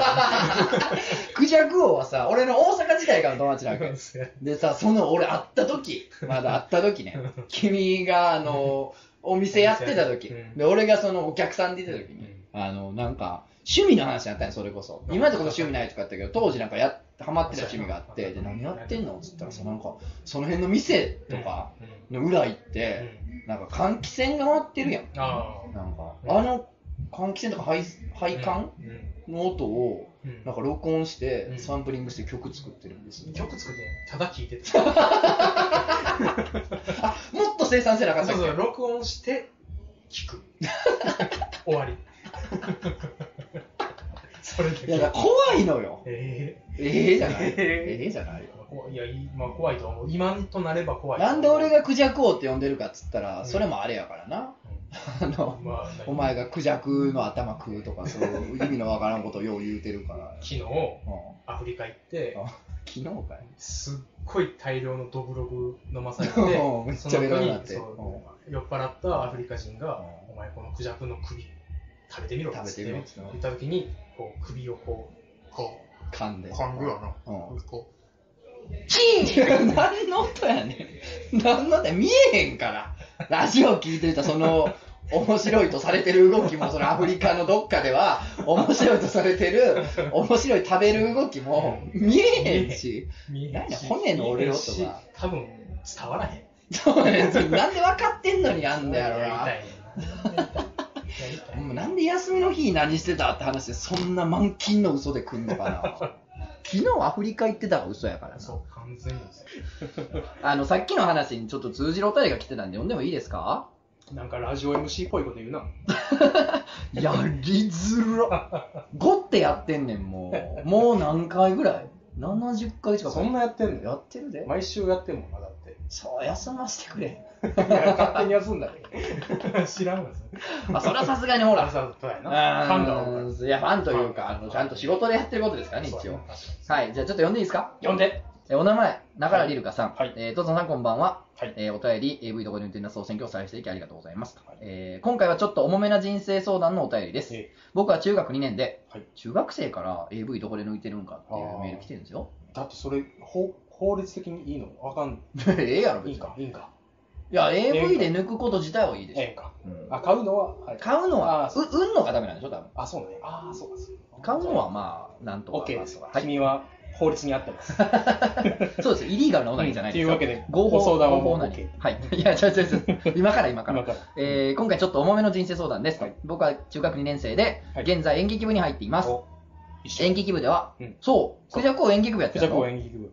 [SPEAKER 1] クジャク王はさ俺の大阪時代からの友達なわけ
[SPEAKER 2] んそうや
[SPEAKER 1] でさその俺会った時まだ会った時ね君があのお店やってた時
[SPEAKER 2] うん
[SPEAKER 1] で俺がそのお客さん出た時
[SPEAKER 2] う
[SPEAKER 1] に
[SPEAKER 2] ん
[SPEAKER 1] あのなんか趣味の話になったんやそれこそ今でこそ趣味ないとか言ったけど当時なんかやハマってた趣味があってで何やってんのっつったらさなんかその辺の店とか
[SPEAKER 2] うん
[SPEAKER 1] の裏行っ
[SPEAKER 2] う
[SPEAKER 1] て
[SPEAKER 2] ん
[SPEAKER 1] なんか換気扇が回ってるやん
[SPEAKER 2] ああ。
[SPEAKER 1] なんかあの換気扇とか配配管
[SPEAKER 2] うん
[SPEAKER 1] の音を
[SPEAKER 2] うん
[SPEAKER 1] なんか録音して
[SPEAKER 2] うん
[SPEAKER 1] サンプリングして曲作ってるんですよ
[SPEAKER 2] 曲作ってんのただ聴いてた。そう
[SPEAKER 1] あもっと生産性なかったっけ
[SPEAKER 2] そう、録音して、聞く。終わり。 それ
[SPEAKER 1] いやだ
[SPEAKER 2] で
[SPEAKER 1] から。怖いのよ。
[SPEAKER 2] え
[SPEAKER 1] ええじゃない。え
[SPEAKER 2] え
[SPEAKER 1] えじゃないよ
[SPEAKER 2] え。。まあ怖いいや、いいまあ怖いと思う。今となれば怖い。
[SPEAKER 1] なんで俺がクジャク王って呼んでるかっつったら、
[SPEAKER 2] うん
[SPEAKER 1] それもあれやからな。 あ
[SPEAKER 2] う
[SPEAKER 1] の
[SPEAKER 2] ん、まあ
[SPEAKER 1] お前がクジャクの頭食うとか、そういう意味のわからんことをよう言うてるから。
[SPEAKER 2] 昨 日、
[SPEAKER 1] うん
[SPEAKER 2] アフリカ行って、
[SPEAKER 1] 昨日かい。
[SPEAKER 2] すっごい大量のドブログ飲まされ て、
[SPEAKER 1] うんめっちゃベロになって
[SPEAKER 2] その後にそう酔っ払ったアフリカ人が、
[SPEAKER 1] うん
[SPEAKER 2] お前このクジャクの首食べてみろっつ
[SPEAKER 1] 食べ
[SPEAKER 2] っ
[SPEAKER 1] てみろっつって
[SPEAKER 2] 言った時に、こう首をこう、こう、
[SPEAKER 1] 噛んで。
[SPEAKER 2] 勘ぐわな。
[SPEAKER 1] うん
[SPEAKER 2] こ
[SPEAKER 1] キーン何の音やねん。何の音や見えへんから。ラジオ聞いてると、その、面白いとされてる動きも、そのアフリカのどっかでは、面白いとされてる、面白い食べる動きも、見えへんし。
[SPEAKER 2] う見えへんし
[SPEAKER 1] なんや骨の折れ音が
[SPEAKER 2] 見えへんし多分伝わらへん。
[SPEAKER 1] そうね。なんで分かってんのにあんだやろ
[SPEAKER 2] や
[SPEAKER 1] な
[SPEAKER 2] りた。いねんな。やりたい
[SPEAKER 1] もうなんで休みの日何してたって話でそんな満勤の嘘で来んのかな 昨日アフリカ行ってたが嘘やからな
[SPEAKER 2] そう、完全に嘘。
[SPEAKER 1] あのさっきの話にちょっと通じるお便りが来てたんで読んでもいいですか
[SPEAKER 2] なんかラジオ MC っぽいこと言うな。
[SPEAKER 1] やりづら5ってやってんねんもうもう何回ぐらい70回近く
[SPEAKER 2] そんなやってんの
[SPEAKER 1] やってるで
[SPEAKER 2] 毎週やってんもんな、だって。
[SPEAKER 1] そう休ませてくれ
[SPEAKER 2] いや勝手に休んだで。 知らんわ、それ。
[SPEAKER 1] あそれはさすがにほ ら
[SPEAKER 2] ラザーとやな。ファンが多いか
[SPEAKER 1] うんいやファンというかあのちゃんと仕事でやってることですから
[SPEAKER 2] ら。
[SPEAKER 1] ね一
[SPEAKER 2] そうや
[SPEAKER 1] 応
[SPEAKER 2] な確かに
[SPEAKER 1] はいじゃあちょっと読んでいいですか
[SPEAKER 2] 呼んで。
[SPEAKER 1] えーお名前、中良りるかさん。
[SPEAKER 2] はい
[SPEAKER 1] えー、とつのさんこんばんは。
[SPEAKER 2] はい
[SPEAKER 1] えーお便り、AV とご入店の総選挙を再生いきありがとうございます。
[SPEAKER 2] はい
[SPEAKER 1] えー今回はちょっと重めな人生相談のお便りです。
[SPEAKER 2] え
[SPEAKER 1] 僕は中学2年で、
[SPEAKER 2] はい
[SPEAKER 1] 中学生から AV どこで抜いてるんかっていうメール来てるんですよ。
[SPEAKER 2] だってそれ、法法律的にいいのわかん
[SPEAKER 1] ええやろ、別
[SPEAKER 2] いい
[SPEAKER 1] に。
[SPEAKER 2] か、いいんか。
[SPEAKER 1] いや、AV で抜くこと自体はいいでしょ。
[SPEAKER 2] ええんか。
[SPEAKER 1] うん
[SPEAKER 2] あ、買うのは、はい。
[SPEAKER 1] 買うのは
[SPEAKER 2] あ、
[SPEAKER 1] う売んのがダメなんでしょ、多分。
[SPEAKER 2] あ、そうね。ああ、そうかそうか。
[SPEAKER 1] 買うのはまあ、なんとか。
[SPEAKER 2] OK です
[SPEAKER 1] まあ。はい、
[SPEAKER 2] 君は法律に合ってます。
[SPEAKER 1] そうです、イリーガルなオナニーじゃないですよ。
[SPEAKER 2] というわけで、
[SPEAKER 1] 合法
[SPEAKER 2] ご相談は
[SPEAKER 1] 合
[SPEAKER 2] もう
[SPEAKER 1] 法な
[SPEAKER 2] OK
[SPEAKER 1] り。はい。いや、違う違う 違う。今から今から
[SPEAKER 2] 今。から。
[SPEAKER 1] えー今回ちょっと重めの人生相談です、
[SPEAKER 2] はい
[SPEAKER 1] 僕は中学2年生で、
[SPEAKER 2] はい
[SPEAKER 1] 現在演劇部に入っています
[SPEAKER 2] お一緒
[SPEAKER 1] 演劇部では、
[SPEAKER 2] うん
[SPEAKER 1] そう
[SPEAKER 2] そ
[SPEAKER 1] ク
[SPEAKER 2] う
[SPEAKER 1] ジャクを演劇部やって
[SPEAKER 2] ク
[SPEAKER 1] た
[SPEAKER 2] ジャクを
[SPEAKER 1] の
[SPEAKER 2] 演劇部。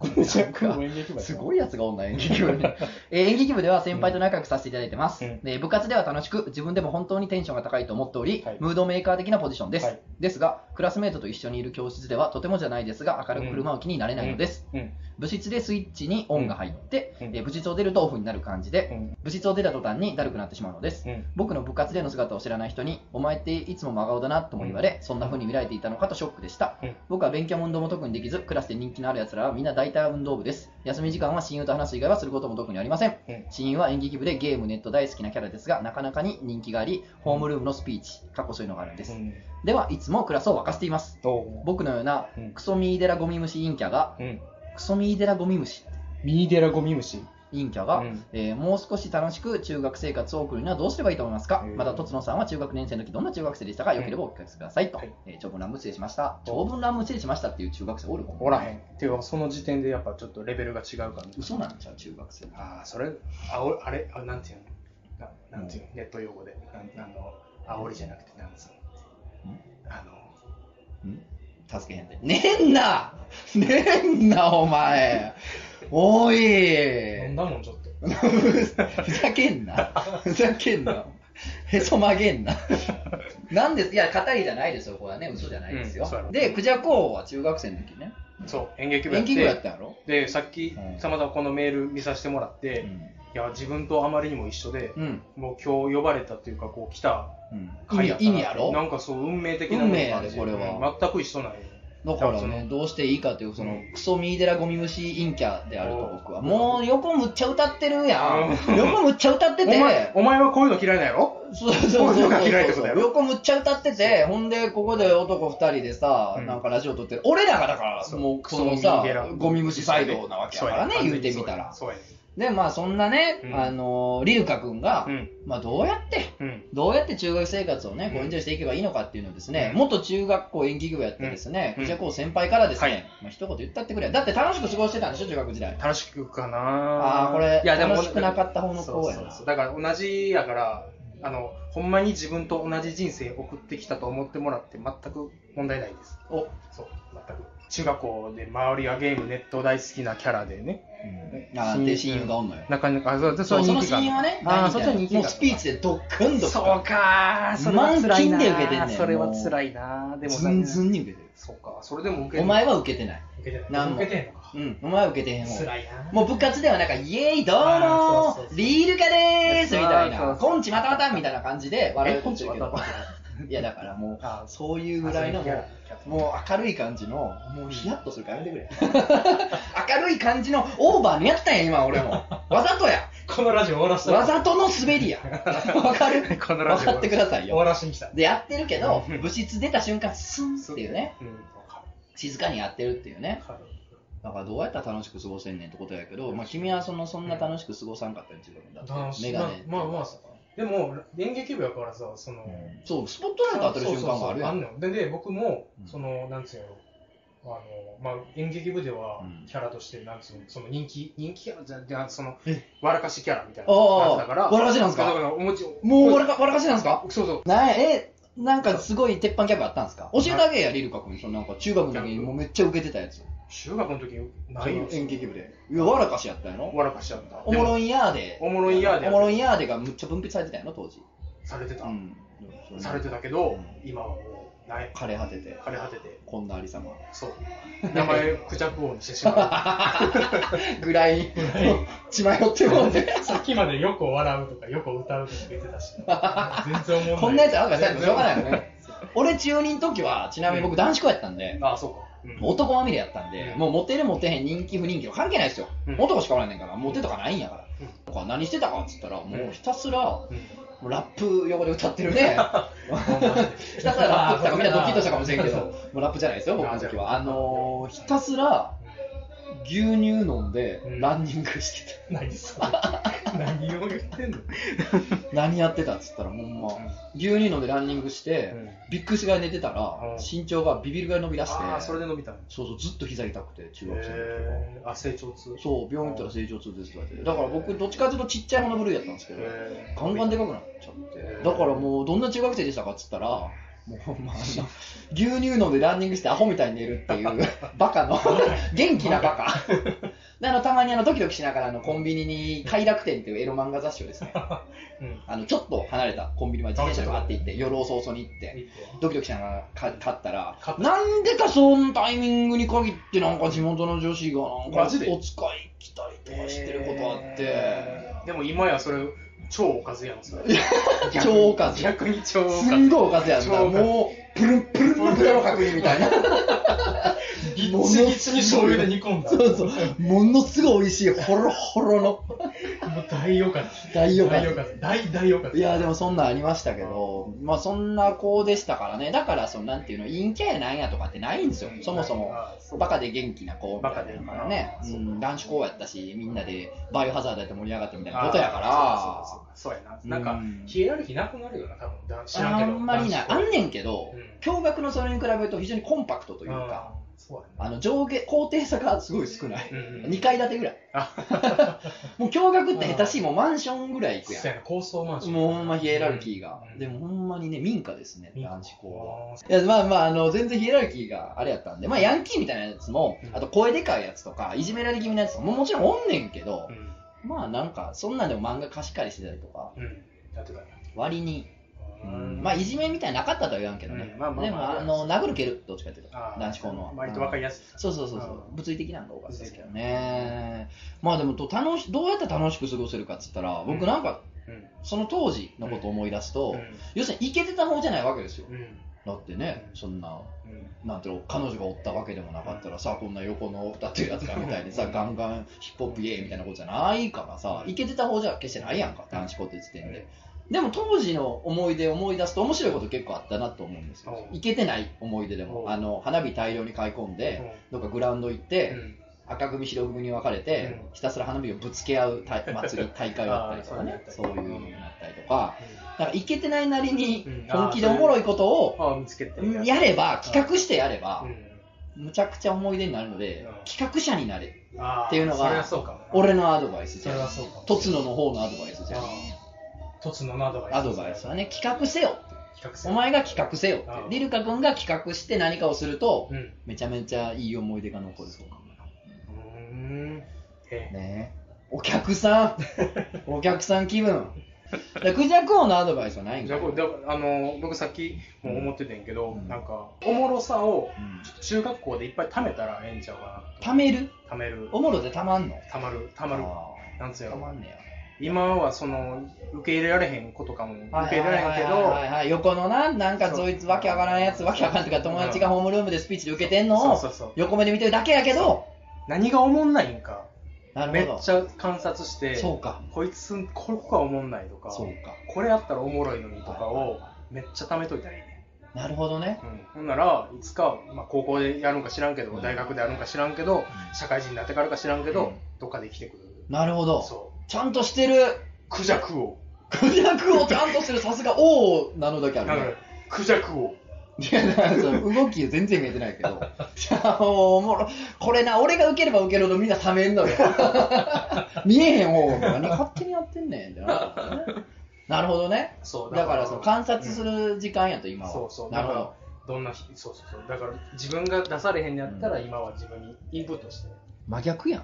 [SPEAKER 2] クジャクを演劇部やな
[SPEAKER 1] すごいやつがおんな演劇部に、 えー演劇部では先輩と仲良くさせていただいてます、
[SPEAKER 2] うん
[SPEAKER 1] で部活では楽しく自分でも本当にテンションが高いと思っており、
[SPEAKER 2] はい
[SPEAKER 1] ムードメーカー的なポジションです、
[SPEAKER 2] はい
[SPEAKER 1] ですがクラスメートと一緒にいる教室ではとてもじゃないですが明るく振る舞う気になれないのです、
[SPEAKER 2] うん
[SPEAKER 1] 部室でスイッチにオンが入って、
[SPEAKER 2] うん
[SPEAKER 1] えー部室を出るとオフになる感じで、
[SPEAKER 2] うん
[SPEAKER 1] 部室を出た途端にだるくなってしまうのです
[SPEAKER 2] うん
[SPEAKER 1] 僕の部活での姿を知らない人に、お前っていつも真顔だなとも言われ、そんな風に見られていたのかとショックでした
[SPEAKER 2] うん。
[SPEAKER 1] 僕は勉強も運動も特にできず、クラスで人気のある奴らはみんな大体運動部です。休み時間は親友と話す以外はすることも特にありません
[SPEAKER 2] うん。
[SPEAKER 1] 親友は演劇部でゲーム、ネット大好きなキャラですが、なかなかに人気があり、ホームルームのスピーチ、過去そういうのがあるんで
[SPEAKER 2] う
[SPEAKER 1] す。
[SPEAKER 2] ん
[SPEAKER 1] では、いつもクラスを沸かせています。
[SPEAKER 2] どうも
[SPEAKER 1] 僕のような
[SPEAKER 2] うん
[SPEAKER 1] クソミーデラゴミムシ陰キャが、
[SPEAKER 2] うん
[SPEAKER 1] クソミーデラゴミムシ
[SPEAKER 2] ミーデラゴミムシ。
[SPEAKER 1] 陰キャが、
[SPEAKER 2] うん
[SPEAKER 1] えーもう少し楽しく中学生活を送るにはどうすればいいと思いますか
[SPEAKER 2] えー
[SPEAKER 1] また、とつのさんは中学年生の時どんな中学生でしたかよければお聞かせくださいと。
[SPEAKER 2] はい
[SPEAKER 1] えー長文乱文失礼しました。長文乱文失礼しましたっていう中学生おるもん。
[SPEAKER 2] おらへん。っていうか、その時点でやっぱちょっとレベルが違うからね。
[SPEAKER 1] 嘘なんちゃう中学生。
[SPEAKER 2] ああ、それ、あおあれ、あなんていうのななんていうのネット用語で。なんあの、あおりじゃなくて、なんつうのあの、
[SPEAKER 1] ん助けへんで。ねえんなねえんな、お前お
[SPEAKER 2] 飲ん
[SPEAKER 1] い
[SPEAKER 2] だもん、ちょっと。
[SPEAKER 1] ふざけんな。ふざけんな。へそ曲げんな。なんですいや、語りじゃないですよ、これはね、嘘じゃないです
[SPEAKER 2] うんそうや
[SPEAKER 1] よ
[SPEAKER 2] ろ。
[SPEAKER 1] で、クジャコは中学生の時ね、
[SPEAKER 2] そう、演劇部や
[SPEAKER 1] 演
[SPEAKER 2] っ
[SPEAKER 1] 劇部や
[SPEAKER 2] て
[SPEAKER 1] っ。たやろ
[SPEAKER 2] で、さっき
[SPEAKER 1] うん、
[SPEAKER 2] たまたまこのメール見させてもらって、いや、自分とあまりにも一緒で、
[SPEAKER 1] うん。
[SPEAKER 2] もう今日呼ばれたっていうか、こう来た
[SPEAKER 1] 意
[SPEAKER 2] 回や
[SPEAKER 1] 味意
[SPEAKER 2] から
[SPEAKER 1] 味やろ
[SPEAKER 2] なんかそう、運命的なものがある
[SPEAKER 1] 運命やで
[SPEAKER 2] し
[SPEAKER 1] これは
[SPEAKER 2] うん全く一緒なんよ。
[SPEAKER 1] だから
[SPEAKER 2] そ
[SPEAKER 1] ね、
[SPEAKER 2] の
[SPEAKER 1] どうしていいかという、その、
[SPEAKER 2] うん
[SPEAKER 1] クソミーデラゴミ虫陰キャであると僕は。
[SPEAKER 2] うん
[SPEAKER 1] もう、横むっちゃ歌ってるや。
[SPEAKER 2] うんん
[SPEAKER 1] 横むっちゃ歌って
[SPEAKER 2] お
[SPEAKER 1] て、
[SPEAKER 2] 前、お前はこういうの嫌いなんやろ
[SPEAKER 1] そうそうそう
[SPEAKER 2] こうい
[SPEAKER 1] そう
[SPEAKER 2] のが嫌いってことや
[SPEAKER 1] う。
[SPEAKER 2] ろ
[SPEAKER 1] 横むっちゃ歌ってて、ほんで、ここで男二人でさ、
[SPEAKER 2] うん
[SPEAKER 1] なんかラジオ撮ってる。俺らがだから、もう、そのさ、ゴミ虫サイドなわけやからね、
[SPEAKER 2] そうや
[SPEAKER 1] 言うてみたら。
[SPEAKER 2] そうやね。
[SPEAKER 1] で、まあ、そんなね、
[SPEAKER 2] うん
[SPEAKER 1] あの、リルカ君が、
[SPEAKER 2] うん。
[SPEAKER 1] まあ、どうやって、
[SPEAKER 2] うん。
[SPEAKER 1] どうやって中学生活をね、こう
[SPEAKER 2] うん
[SPEAKER 1] エンジョイしていけばいいのかっていうのをですね、
[SPEAKER 2] うん
[SPEAKER 1] 元中学校演劇部やってですね、
[SPEAKER 2] うん
[SPEAKER 1] クジャコウ先輩からですね、
[SPEAKER 2] はい
[SPEAKER 1] まあ一言言ったってくれ。だって楽しく過ごしてたんでしょ、中学時代。
[SPEAKER 2] 楽しくかな
[SPEAKER 1] ああ、これ、
[SPEAKER 2] いやでも
[SPEAKER 1] 楽しくなかった方の
[SPEAKER 2] そう
[SPEAKER 1] 子や
[SPEAKER 2] そう
[SPEAKER 1] な。
[SPEAKER 2] そうだから同じやからあのほんまに自分と同じ人生送ってきたと思ってもらって全く問題ないです
[SPEAKER 1] お、
[SPEAKER 2] そう全く中学校で周りはゲームネット大好きなキャラでね
[SPEAKER 1] あーで親友がおんのよ。
[SPEAKER 2] なかなかあそう
[SPEAKER 1] そう、その
[SPEAKER 2] 人気が
[SPEAKER 1] 親
[SPEAKER 2] ある
[SPEAKER 1] 友はね、
[SPEAKER 2] ああ
[SPEAKER 1] 大人
[SPEAKER 2] そ
[SPEAKER 1] 気だ
[SPEAKER 2] っちは
[SPEAKER 1] よ
[SPEAKER 2] 人気
[SPEAKER 1] もうスピーチでドッカンドッ
[SPEAKER 2] そうかそれは
[SPEAKER 1] 満
[SPEAKER 2] 辛い
[SPEAKER 1] 金
[SPEAKER 2] な
[SPEAKER 1] で受けてんねん
[SPEAKER 2] それは
[SPEAKER 1] もう
[SPEAKER 2] 辛いなでも
[SPEAKER 1] ズンズンに受けて
[SPEAKER 2] そうかそれでも受け
[SPEAKER 1] る。お前は受けてない。
[SPEAKER 2] 受けて
[SPEAKER 1] なん
[SPEAKER 2] ない
[SPEAKER 1] も
[SPEAKER 2] 受けてんのか
[SPEAKER 1] うん、お前は受けてへんもん。
[SPEAKER 2] 辛いな
[SPEAKER 1] もう部活ではなんか、イエーイ、どうも
[SPEAKER 2] あーそうそう
[SPEAKER 1] ー
[SPEAKER 2] そう
[SPEAKER 1] リールカでーすみたい
[SPEAKER 2] そうそう
[SPEAKER 1] な、
[SPEAKER 2] そう
[SPEAKER 1] コンチまたまたみたいな感じで笑
[SPEAKER 2] え
[SPEAKER 1] う
[SPEAKER 2] こ
[SPEAKER 1] こ
[SPEAKER 2] っ
[SPEAKER 1] っち
[SPEAKER 2] ち
[SPEAKER 1] だ
[SPEAKER 2] ま
[SPEAKER 1] け
[SPEAKER 2] た
[SPEAKER 1] ど。いやだからもう
[SPEAKER 2] あ、
[SPEAKER 1] そういうぐらいのもう、もう明るい感じの、もうヒヤッとするからやめてくれ。 明るい感じのオーバーにやったんや、今俺も。わざとや。
[SPEAKER 2] このラジオ終わらせた
[SPEAKER 1] わざとの滑 りや。わかる
[SPEAKER 2] この
[SPEAKER 1] わ
[SPEAKER 2] ラジオ
[SPEAKER 1] かってください
[SPEAKER 2] 終
[SPEAKER 1] よ。
[SPEAKER 2] わらしに来た
[SPEAKER 1] で、やってるけど
[SPEAKER 2] う、ん
[SPEAKER 1] 部室出た瞬間、スンっていうね。
[SPEAKER 2] うんわかる
[SPEAKER 1] 静かにやってるっていうね。
[SPEAKER 2] はい
[SPEAKER 1] だからどうやったら楽しく過ごせんねんってことやけど、まあ君はそのそんな楽しく過ごさんかったよ、自分だって。
[SPEAKER 2] 楽し
[SPEAKER 1] メガネ。
[SPEAKER 2] まあまあまあでも演劇部やからさその、
[SPEAKER 1] そう、スポットライト当たる瞬間があるや
[SPEAKER 2] そ
[SPEAKER 1] ん。
[SPEAKER 2] うそうそうあんのよでで僕も
[SPEAKER 1] うん
[SPEAKER 2] その、なんつうやろあのまあ、演劇部では
[SPEAKER 1] うん
[SPEAKER 2] キャラとして、なんつうの、その人気、人気キャラじゃじゃその
[SPEAKER 1] え、
[SPEAKER 2] 笑かしキャラみたいな。
[SPEAKER 1] ああ
[SPEAKER 2] だから、
[SPEAKER 1] 笑かしなんすか
[SPEAKER 2] だから、おもち
[SPEAKER 1] もうわら
[SPEAKER 2] か
[SPEAKER 1] か、わらかしなんですか
[SPEAKER 2] そうそう。
[SPEAKER 1] なえ、なんかすごい鉄板キャブあったんですか教えてあげや、リルカ君。そのなんか中学の時にもうめっちゃ受けてたやつ。
[SPEAKER 2] 中学の時、ないよ。
[SPEAKER 1] 演劇部で。いや、わらかしやったんやろ
[SPEAKER 2] 笑かしちゃった。
[SPEAKER 1] おもろ
[SPEAKER 2] い。
[SPEAKER 1] いんやーで。
[SPEAKER 2] おもろいんやーで
[SPEAKER 1] おもろいんやーでがむっちゃ分泌されてたんやろ、当時。
[SPEAKER 2] されてた。
[SPEAKER 1] うん。
[SPEAKER 2] されてたけ
[SPEAKER 1] う
[SPEAKER 2] ど、
[SPEAKER 1] ん
[SPEAKER 2] 今はもう、ない。
[SPEAKER 1] 枯れ果てて、
[SPEAKER 2] 枯れ果てて。
[SPEAKER 1] こんなありさま。
[SPEAKER 2] そう。名前、クジャク王にしてしま
[SPEAKER 1] ぐらい、血迷って もんで。
[SPEAKER 2] う。さっきまでよく笑うとか、よく歌うとか言って たし、全然思わない。
[SPEAKER 1] こんなやつあるから最後しょうがないよね。俺中2の時は、ちなみに
[SPEAKER 2] う
[SPEAKER 1] 僕
[SPEAKER 2] ん
[SPEAKER 1] 男子校やったんで、
[SPEAKER 2] ああ、そうか。うん
[SPEAKER 1] 男まみれやったんで、
[SPEAKER 2] うん
[SPEAKER 1] もうモテるモテへん人気不人気は関係ないですよ。
[SPEAKER 2] うん
[SPEAKER 1] 男しかおらんねんから、モテとかないんやから。
[SPEAKER 2] うん
[SPEAKER 1] だから何してたかっつったら、もうひたすら、も
[SPEAKER 2] うん
[SPEAKER 1] うラップ横で歌ってる ね。ひたすらラップって言ったからみんなドキッとしたかもしれんけど、もうラップじゃないですよ、僕の時は。あのー、ひたすら牛乳飲んで
[SPEAKER 2] うん
[SPEAKER 1] ランニングして た。
[SPEAKER 2] 何それ何を言ってんの、
[SPEAKER 1] 何やってたっつったら、ほんま、牛乳飲んでランニングして、ビックスが寝てたら、
[SPEAKER 2] うん
[SPEAKER 1] 身長がビビるぐらい伸び出して、
[SPEAKER 2] ああそれで伸びたの
[SPEAKER 1] そうそう、ずっと膝痛くて、中学生の時は。
[SPEAKER 2] へえあ成長痛
[SPEAKER 1] そう、病院行ったら成長痛ですとか言って。だから僕、どっちかというとちっちゃいもの部類だったんですけど、
[SPEAKER 2] へー
[SPEAKER 1] ガンガンでかくなっちゃって。だからもう、どんな中学生でしたかっつったら、もうほんまあの、牛乳飲んでランニングしてアホみたいに寝るっていう、バカの、元気なバカ。であのたまにあのドキドキしながらあのコンビニに快楽天っていうエロ漫画雑誌をですね、
[SPEAKER 2] うん
[SPEAKER 1] あのちょっと離れたコンビニまで自転車でバーって行って、夜遅々に行って、
[SPEAKER 2] 見て
[SPEAKER 1] ドキドキしながらか買ったら
[SPEAKER 2] 買っ、た
[SPEAKER 1] なんでかそのタイミングに限って、なんか地元の女子がなんか
[SPEAKER 2] マジで
[SPEAKER 1] お使い来たりとかしてることあって、
[SPEAKER 2] へーでも今やそれ超おかずやんそれ
[SPEAKER 1] 超おかず
[SPEAKER 2] 逆に超おかず
[SPEAKER 1] すんごいおかずやんな、
[SPEAKER 2] 超おかず
[SPEAKER 1] もう、プルンプルンの豚の角煮みたいな、
[SPEAKER 2] ぎっちぎちに醤油で煮込んだ
[SPEAKER 1] そうそう、ものすごい美味しい、ほろほろの
[SPEAKER 2] もう大おかず
[SPEAKER 1] 大よか
[SPEAKER 2] 大おか
[SPEAKER 1] ず。
[SPEAKER 2] ず大大おかず
[SPEAKER 1] いやでもそんなんありましたけど、まあそんな子でしたからね、だからそのなんていうの、陰キャやなんやとかってないんですよ、そもそも。
[SPEAKER 2] あーそう
[SPEAKER 1] バカで元気な子みたいなのからね
[SPEAKER 2] バカ、で
[SPEAKER 1] うん、男子校やったし、みんなでバイオハザードやって盛り上がってみたいなことやか
[SPEAKER 2] あーそう
[SPEAKER 1] ら、
[SPEAKER 2] かそうかそうや
[SPEAKER 1] うん
[SPEAKER 2] ななんかヒエラルキーなくなるよな多分だ知らん
[SPEAKER 1] あ
[SPEAKER 2] けど
[SPEAKER 1] んまりない、あ
[SPEAKER 2] 男子
[SPEAKER 1] んねんけど
[SPEAKER 2] うん、
[SPEAKER 1] 驚愕のそれに比べると非常にコンパクトというか、
[SPEAKER 2] あーそうやな
[SPEAKER 1] あの上下、高低差がすごい少ない、
[SPEAKER 2] うんうん
[SPEAKER 1] 2階建てぐらい
[SPEAKER 2] あ、
[SPEAKER 1] もう驚愕って下手しい、もうマンションぐらい行くや
[SPEAKER 2] そうやな高層マンショ
[SPEAKER 1] ん、
[SPEAKER 2] ン
[SPEAKER 1] もうほんまヒエラルキーが
[SPEAKER 2] う、ん
[SPEAKER 1] でもほんまにね、民家ですね、男子校は。
[SPEAKER 2] はい
[SPEAKER 1] や、まあまあ、あの、全然ヒエラルキーがあれやったんで、まあ、ヤンキーみたいなやつも
[SPEAKER 2] う、ん
[SPEAKER 1] あと声でかいやつとか、いじめられ気味なやつももちろんおんねんけど
[SPEAKER 2] う、ん
[SPEAKER 1] まあなんか、そんなんでも漫画貸し借りしてたりとか、
[SPEAKER 2] うん、やってたね。
[SPEAKER 1] 割に、うんまあ、いじめみたいななかったとは言わんけどね
[SPEAKER 2] うんまあ。まあ
[SPEAKER 1] でも、
[SPEAKER 2] まあ
[SPEAKER 1] あの、殴る蹴る、どっちかっていうと、
[SPEAKER 2] あー
[SPEAKER 1] 男子校のは。
[SPEAKER 2] 割とわかりやすい。
[SPEAKER 1] そうそうそうそううん物理的なのが多かったですけどねまあでもと楽しどうやって楽しく過ごせるかっつったら僕なんか
[SPEAKER 2] うん。
[SPEAKER 1] その当時のことを思い出すと、
[SPEAKER 2] う
[SPEAKER 1] 要するにイケてた方じゃないわけですよ
[SPEAKER 2] ん。うん。
[SPEAKER 1] だってねそんな
[SPEAKER 2] うん。
[SPEAKER 1] なんていうの彼女がおったわけでもなかったらさこんな横の歌ってるやつらみたいにさガンガンヒップホップイエーイみたいなことじゃないからさイケてた方じゃ決してないやんか男子校って時点ででも当時の思い出思い出すと面白いこと結構あったなと思うんですよ
[SPEAKER 2] おう
[SPEAKER 1] イケてない思い出でも
[SPEAKER 2] おう
[SPEAKER 1] あの花火大量に買い込んでどっかグラウンド行って、
[SPEAKER 2] うん
[SPEAKER 1] 赤組白組に分かれて、
[SPEAKER 2] うん
[SPEAKER 1] ひたすら花火をぶつけ合う大祭り大会をやったりとかね
[SPEAKER 2] あー
[SPEAKER 1] そ
[SPEAKER 2] そうう
[SPEAKER 1] い
[SPEAKER 2] いうう
[SPEAKER 1] の
[SPEAKER 2] の
[SPEAKER 1] に
[SPEAKER 2] ね
[SPEAKER 1] なったりとか
[SPEAKER 2] うん
[SPEAKER 1] なんかいけてないなりに
[SPEAKER 2] うん
[SPEAKER 1] 本気でおもろいことを
[SPEAKER 2] ああ、見つけて。
[SPEAKER 1] うんやれば企画してやれば
[SPEAKER 2] うん
[SPEAKER 1] むちゃくちゃ思い出になるので
[SPEAKER 2] うん
[SPEAKER 1] 企画者になれ
[SPEAKER 2] ああ
[SPEAKER 1] っていうのが
[SPEAKER 2] それはそうかも。
[SPEAKER 1] 俺のアドバイスじ
[SPEAKER 2] そ
[SPEAKER 1] ゃ
[SPEAKER 2] れは
[SPEAKER 1] ん
[SPEAKER 2] そうかも。
[SPEAKER 1] とつのの方のアドバイスじゃん
[SPEAKER 2] とつののアドバイス。
[SPEAKER 1] アドバイスはね企画せよって
[SPEAKER 2] 比較す
[SPEAKER 1] お
[SPEAKER 2] る。
[SPEAKER 1] 前が企画せよって
[SPEAKER 2] うん
[SPEAKER 1] リルカ君が企画して何かをすると
[SPEAKER 2] うん。
[SPEAKER 1] めちゃめちゃいい思い出が残る
[SPEAKER 2] うん。え
[SPEAKER 1] ねお客さ んお客さん気分だクジャク王のアドバイスはないん
[SPEAKER 2] じゃ
[SPEAKER 1] か
[SPEAKER 2] あ、これだからあの、僕さっきも思ってたんやけど、
[SPEAKER 1] うん
[SPEAKER 2] なんか、おもろさを
[SPEAKER 1] うん
[SPEAKER 2] 中学校でいっぱい貯めたらええんちゃうかなと。
[SPEAKER 1] 貯める
[SPEAKER 2] 貯める。
[SPEAKER 1] おもろでたまんの
[SPEAKER 2] 貯まる。貯まる。
[SPEAKER 1] あ
[SPEAKER 2] なんつう
[SPEAKER 1] ー
[SPEAKER 2] や
[SPEAKER 1] た
[SPEAKER 2] ろ
[SPEAKER 1] ま。んね
[SPEAKER 2] 今はその受け入れられへんことかも
[SPEAKER 1] や
[SPEAKER 2] 受け入れられへんけ
[SPEAKER 1] はいはい
[SPEAKER 2] ど
[SPEAKER 1] はいはい横のななんかそいつわけわからんやつわけわからんとか友達がホームルームでスピーチで受けてんの
[SPEAKER 2] そう
[SPEAKER 1] を
[SPEAKER 2] そうそう
[SPEAKER 1] 横目で見てるだけやけど
[SPEAKER 2] 何がおもんないんか
[SPEAKER 1] なる
[SPEAKER 2] めっ
[SPEAKER 1] ほど
[SPEAKER 2] ちゃ観察して
[SPEAKER 1] そうか
[SPEAKER 2] こいつここはおもんないとか
[SPEAKER 1] そうか
[SPEAKER 2] これあったらおもろいのにとか
[SPEAKER 1] はいはい
[SPEAKER 2] をめっちゃ貯めといたらいいね
[SPEAKER 1] なるほどね。
[SPEAKER 2] うん、ほんならいつか、まあ、高校でやるんか知らんけど、
[SPEAKER 1] うん
[SPEAKER 2] 大学でやるんか知らんけど、社会人になってからか知らんけど、
[SPEAKER 1] うん
[SPEAKER 2] どっかで生きてくる
[SPEAKER 1] なるほど。
[SPEAKER 2] そ
[SPEAKER 1] ちゃんとしてる。
[SPEAKER 2] うクジャク王
[SPEAKER 1] クジャクをちゃんとしてる。さすが王なのだけあ
[SPEAKER 2] だか
[SPEAKER 1] るね
[SPEAKER 2] ら。クジャク王
[SPEAKER 1] いやだからその動き全然見えてないけど。じゃあもうおもろこれな、俺が受ければ受けるほどみんな冷めんのよ。見えへん王何勝手にやってんねんってなるんだよね。なるほどね。
[SPEAKER 2] そう
[SPEAKER 1] だからその観察す
[SPEAKER 2] うん
[SPEAKER 1] る時間やと今は。
[SPEAKER 2] そうそう
[SPEAKER 1] なるほ
[SPEAKER 2] だ
[SPEAKER 1] ど
[SPEAKER 2] か。らどんな日そうそうそうだから自分が出されへんやったら、
[SPEAKER 1] う
[SPEAKER 2] 今は自分にインプットして
[SPEAKER 1] 真逆やん。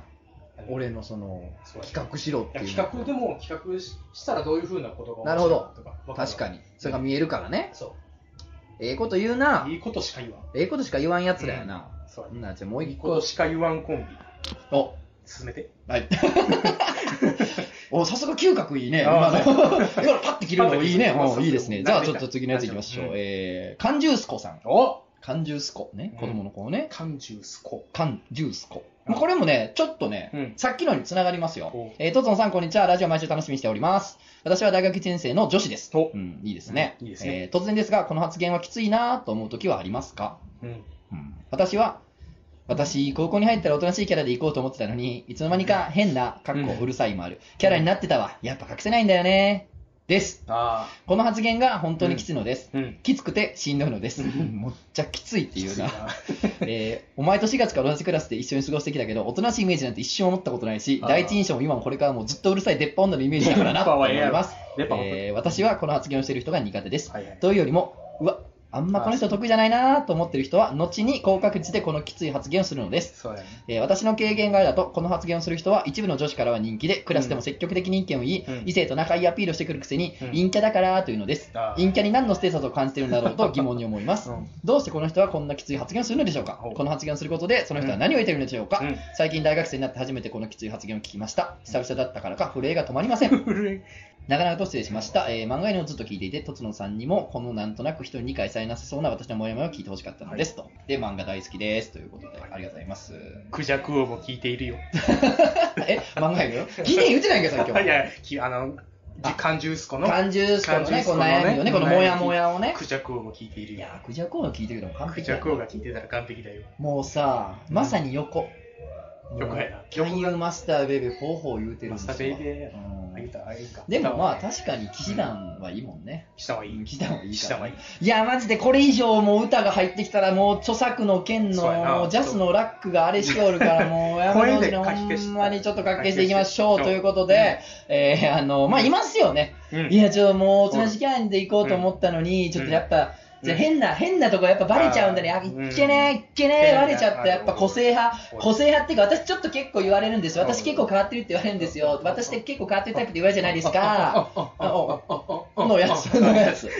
[SPEAKER 1] 俺のその
[SPEAKER 2] そう
[SPEAKER 1] 企画しろっ
[SPEAKER 2] い
[SPEAKER 1] て
[SPEAKER 2] や
[SPEAKER 1] いうの
[SPEAKER 2] 企画でも企画ししたらどういうふうなことが
[SPEAKER 1] なるほど
[SPEAKER 2] 面白いかとか
[SPEAKER 1] 確か
[SPEAKER 2] に
[SPEAKER 1] にそれが見えるからね
[SPEAKER 2] そ
[SPEAKER 1] ええこと言うな
[SPEAKER 2] ういいことしか言わん
[SPEAKER 1] ええことしか言わんやつらやな、
[SPEAKER 2] そう
[SPEAKER 1] うん、なじゃあもう
[SPEAKER 2] いい
[SPEAKER 1] 一
[SPEAKER 2] こと
[SPEAKER 1] 個
[SPEAKER 2] しか言わんコンビ
[SPEAKER 1] お
[SPEAKER 2] 進めて
[SPEAKER 1] はい おさすが嗅覚いいね今
[SPEAKER 2] あ
[SPEAKER 1] の
[SPEAKER 2] ー
[SPEAKER 1] 今のパッて切るのいいね
[SPEAKER 2] パッと切る
[SPEAKER 1] おいいですねじゃあちょっと
[SPEAKER 2] 慣れてきた
[SPEAKER 1] 次のやついきましょう、
[SPEAKER 2] うん
[SPEAKER 1] えー、缶ジュース子さん
[SPEAKER 2] お
[SPEAKER 1] 缶ジュース子ね
[SPEAKER 2] うん
[SPEAKER 1] 子供の子をね、
[SPEAKER 2] 缶ジュースコ
[SPEAKER 1] 缶ジュース子
[SPEAKER 2] うん
[SPEAKER 1] まあこれもね、ちょっとね、
[SPEAKER 2] うん
[SPEAKER 1] さっきのにつながりますよ
[SPEAKER 2] お。
[SPEAKER 1] えー、トツノさん、こんにちは。ラジオ毎週楽しみにしております。私は大学1年生の女子です。
[SPEAKER 2] お
[SPEAKER 1] うん、いいですね。
[SPEAKER 2] うんいいですね
[SPEAKER 1] えー突然ですが、この発言はきついなと思うときはありますか
[SPEAKER 2] うん
[SPEAKER 1] うん私は、私、高校に入ったらおとなしいキャラで行こうと思ってたのに、いつの間にか変な、かっこ
[SPEAKER 2] うん
[SPEAKER 1] うるさいもある、キャラになってたわ。やっぱ隠せないんだよね。です。
[SPEAKER 2] あ
[SPEAKER 1] この発言が本当にきついのです。
[SPEAKER 2] あうん
[SPEAKER 1] きつくてしんどいのです。 もっちゃきついっていうな
[SPEAKER 2] きつ。
[SPEAKER 1] えーお前と4月から同じクラスで一緒に過ごしてきたけど、おとなしいイメージなんて一瞬思ったことないし、
[SPEAKER 2] あー
[SPEAKER 1] 第一印象も今もこれからもずっとうるさい出っ歯女のイメージだからなと思います。
[SPEAKER 2] レパートリー
[SPEAKER 1] えー私はこの発言をしている人が苦手です。
[SPEAKER 2] はいはい
[SPEAKER 1] というよりも、うわ、あんまこの人得意じゃないなと思ってる人は、後に高確率でこのきつい発言をするのです。
[SPEAKER 2] そうやね
[SPEAKER 1] えー私の経験からだと、この発言をする人は一部の女子からは人気で、クラスでも積極的に意見を言い、
[SPEAKER 2] うん
[SPEAKER 1] 異性と仲いいアピールをしてくるくせに、
[SPEAKER 2] うん
[SPEAKER 1] 陰キャだからというのです
[SPEAKER 2] あ。ー
[SPEAKER 1] 陰キャに何のステータスを感じているんだろう と疑問に思います。
[SPEAKER 2] うん
[SPEAKER 1] どうしてこの人はこんなきつい発言をするのでしょうか
[SPEAKER 2] ほう
[SPEAKER 1] この発言をすることでその人は何を得ているのでしょうか、
[SPEAKER 2] うん
[SPEAKER 1] 最近大学生になって初めてこのきつい発言を聞きました久々だったからか震えが止まりません なかなかと失礼しました、えー、漫画犬をずっと聞いていてとつのさんにもこのなんとなく人に理解されなさそうな私のモヤモヤを聞いてほしかったのです、とで漫画大好きですということでありがとうございます
[SPEAKER 2] クジャク王も聞いているよ
[SPEAKER 1] え漫画犬聞いて言ってないんかさっき
[SPEAKER 2] いやきあの
[SPEAKER 1] あ
[SPEAKER 2] 缶ジュースコの
[SPEAKER 1] 感じすこの
[SPEAKER 2] 感
[SPEAKER 1] ね
[SPEAKER 2] じ
[SPEAKER 1] こ
[SPEAKER 2] そ
[SPEAKER 1] の
[SPEAKER 2] のね
[SPEAKER 1] 悩みをねこのモヤモヤをね
[SPEAKER 2] クジャク王も聞いている
[SPEAKER 1] い
[SPEAKER 2] よ
[SPEAKER 1] やークジャクを聞いてるけども完
[SPEAKER 2] ク
[SPEAKER 1] 璧
[SPEAKER 2] ジ
[SPEAKER 1] だ
[SPEAKER 2] ャ
[SPEAKER 1] な
[SPEAKER 2] ク王が聞いてたら完璧だよ
[SPEAKER 1] もうさまさに横
[SPEAKER 2] 横やな
[SPEAKER 1] キャンユーマスターベイベーほうほう言うてるん
[SPEAKER 2] マ
[SPEAKER 1] で
[SPEAKER 2] ス
[SPEAKER 1] す
[SPEAKER 2] タ
[SPEAKER 1] わ
[SPEAKER 2] ーベイベー
[SPEAKER 1] うん
[SPEAKER 2] あげたあげた
[SPEAKER 1] でもまあ
[SPEAKER 2] 確か
[SPEAKER 1] 確かに騎士団はいいもんね。
[SPEAKER 2] 下はいい
[SPEAKER 1] 騎士団はいい
[SPEAKER 2] 下
[SPEAKER 1] から
[SPEAKER 2] はいい
[SPEAKER 1] いやマジでこれ以上もう歌が入ってきたらもう著作の剣
[SPEAKER 2] そうや
[SPEAKER 1] の
[SPEAKER 2] な
[SPEAKER 1] ジャスのラックがあれしておるからもうやめてほしいな
[SPEAKER 2] 声で書き消し
[SPEAKER 1] ほんまにちょっと書き消していきましょうということで、えーあの、まあいますよね。
[SPEAKER 2] うん
[SPEAKER 1] いやちょっともうおつなしキャラで行こうと思ったのに、ちょっとやっぱ、
[SPEAKER 2] うん
[SPEAKER 1] じゃあ変な、変なとこやっぱバレちゃうんだね。あ、
[SPEAKER 2] うん
[SPEAKER 1] いっけねえ、いっけねえ、
[SPEAKER 2] うん
[SPEAKER 1] バレちゃった。やっぱ個性派
[SPEAKER 2] う。ん
[SPEAKER 1] 個性派っていうか、私ちょっと結構言われるんですよ。
[SPEAKER 2] うん
[SPEAKER 1] 私結構変わってるって言われるんですよ。私って結構変わってるタイプって言われるじゃないです か。のやつ、のやつ。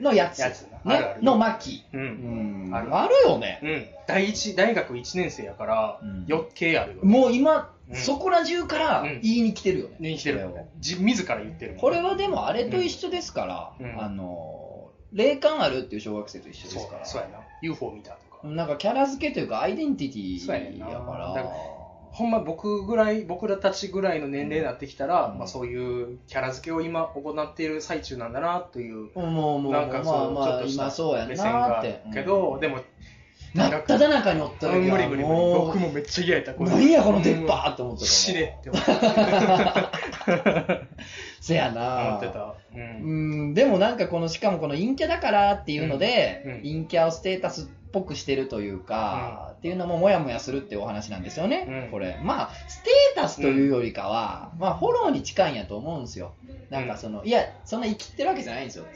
[SPEAKER 1] のやつ
[SPEAKER 2] やつ。なある
[SPEAKER 1] ね
[SPEAKER 2] あ、る
[SPEAKER 1] の巻。
[SPEAKER 2] う
[SPEAKER 1] うんん。
[SPEAKER 2] ある
[SPEAKER 1] あるよね。
[SPEAKER 2] うん第一大学1年生やから
[SPEAKER 1] うん
[SPEAKER 2] 余計あるよ
[SPEAKER 1] もう今、
[SPEAKER 2] うん
[SPEAKER 1] そこら中から
[SPEAKER 2] うん
[SPEAKER 1] 言いに来てるよね。
[SPEAKER 2] ね生きてるもんね自自ら言ってるもんね
[SPEAKER 1] これはでもあれと一緒ですから、
[SPEAKER 2] うん
[SPEAKER 1] あの、霊感あるっていう小学生と一緒で
[SPEAKER 2] そ
[SPEAKER 1] す
[SPEAKER 2] う
[SPEAKER 1] から。
[SPEAKER 2] そうやな UFO 見たとか
[SPEAKER 1] なんかキャラ付けというかアイデンティテ
[SPEAKER 2] そうや
[SPEAKER 1] ィ
[SPEAKER 2] ねん
[SPEAKER 1] や
[SPEAKER 2] な
[SPEAKER 1] から。
[SPEAKER 2] だかほんま僕ぐらい僕らたちぐらいの年齢になってきたら、
[SPEAKER 1] うん
[SPEAKER 2] まあ、そういうキャラ付けを今行っている最中なんだなという
[SPEAKER 1] もうもう、
[SPEAKER 2] なんかそう
[SPEAKER 1] まあまあ、
[SPEAKER 2] ちょっとした
[SPEAKER 1] 今そうやん
[SPEAKER 2] 目線
[SPEAKER 1] な
[SPEAKER 2] が
[SPEAKER 1] ーって。
[SPEAKER 2] けど、
[SPEAKER 1] うん
[SPEAKER 2] でも
[SPEAKER 1] 真っ只中におった
[SPEAKER 2] 無
[SPEAKER 1] 時
[SPEAKER 2] 理無
[SPEAKER 1] は
[SPEAKER 2] 理無理
[SPEAKER 1] も
[SPEAKER 2] 僕もめっちゃ嫌やった
[SPEAKER 1] う、何やこの出っ
[SPEAKER 2] ー
[SPEAKER 1] 歯って思ってたもん。
[SPEAKER 2] 死ねって思って
[SPEAKER 1] せやなー
[SPEAKER 2] た、う、
[SPEAKER 1] うんん、でもなんかこの、しかもこの陰キャだからっていうので、
[SPEAKER 2] うんうん
[SPEAKER 1] 陰キャをステータスっぽくしてるというか、っていうのもモヤモヤするっていうお話なんですよね、
[SPEAKER 2] うん
[SPEAKER 1] これ。まあ、ステータスというよりかは、まあ、フォローに近いんやと思うんですよ。なんかその、いや、そんな生きってるわけじゃないんですよ。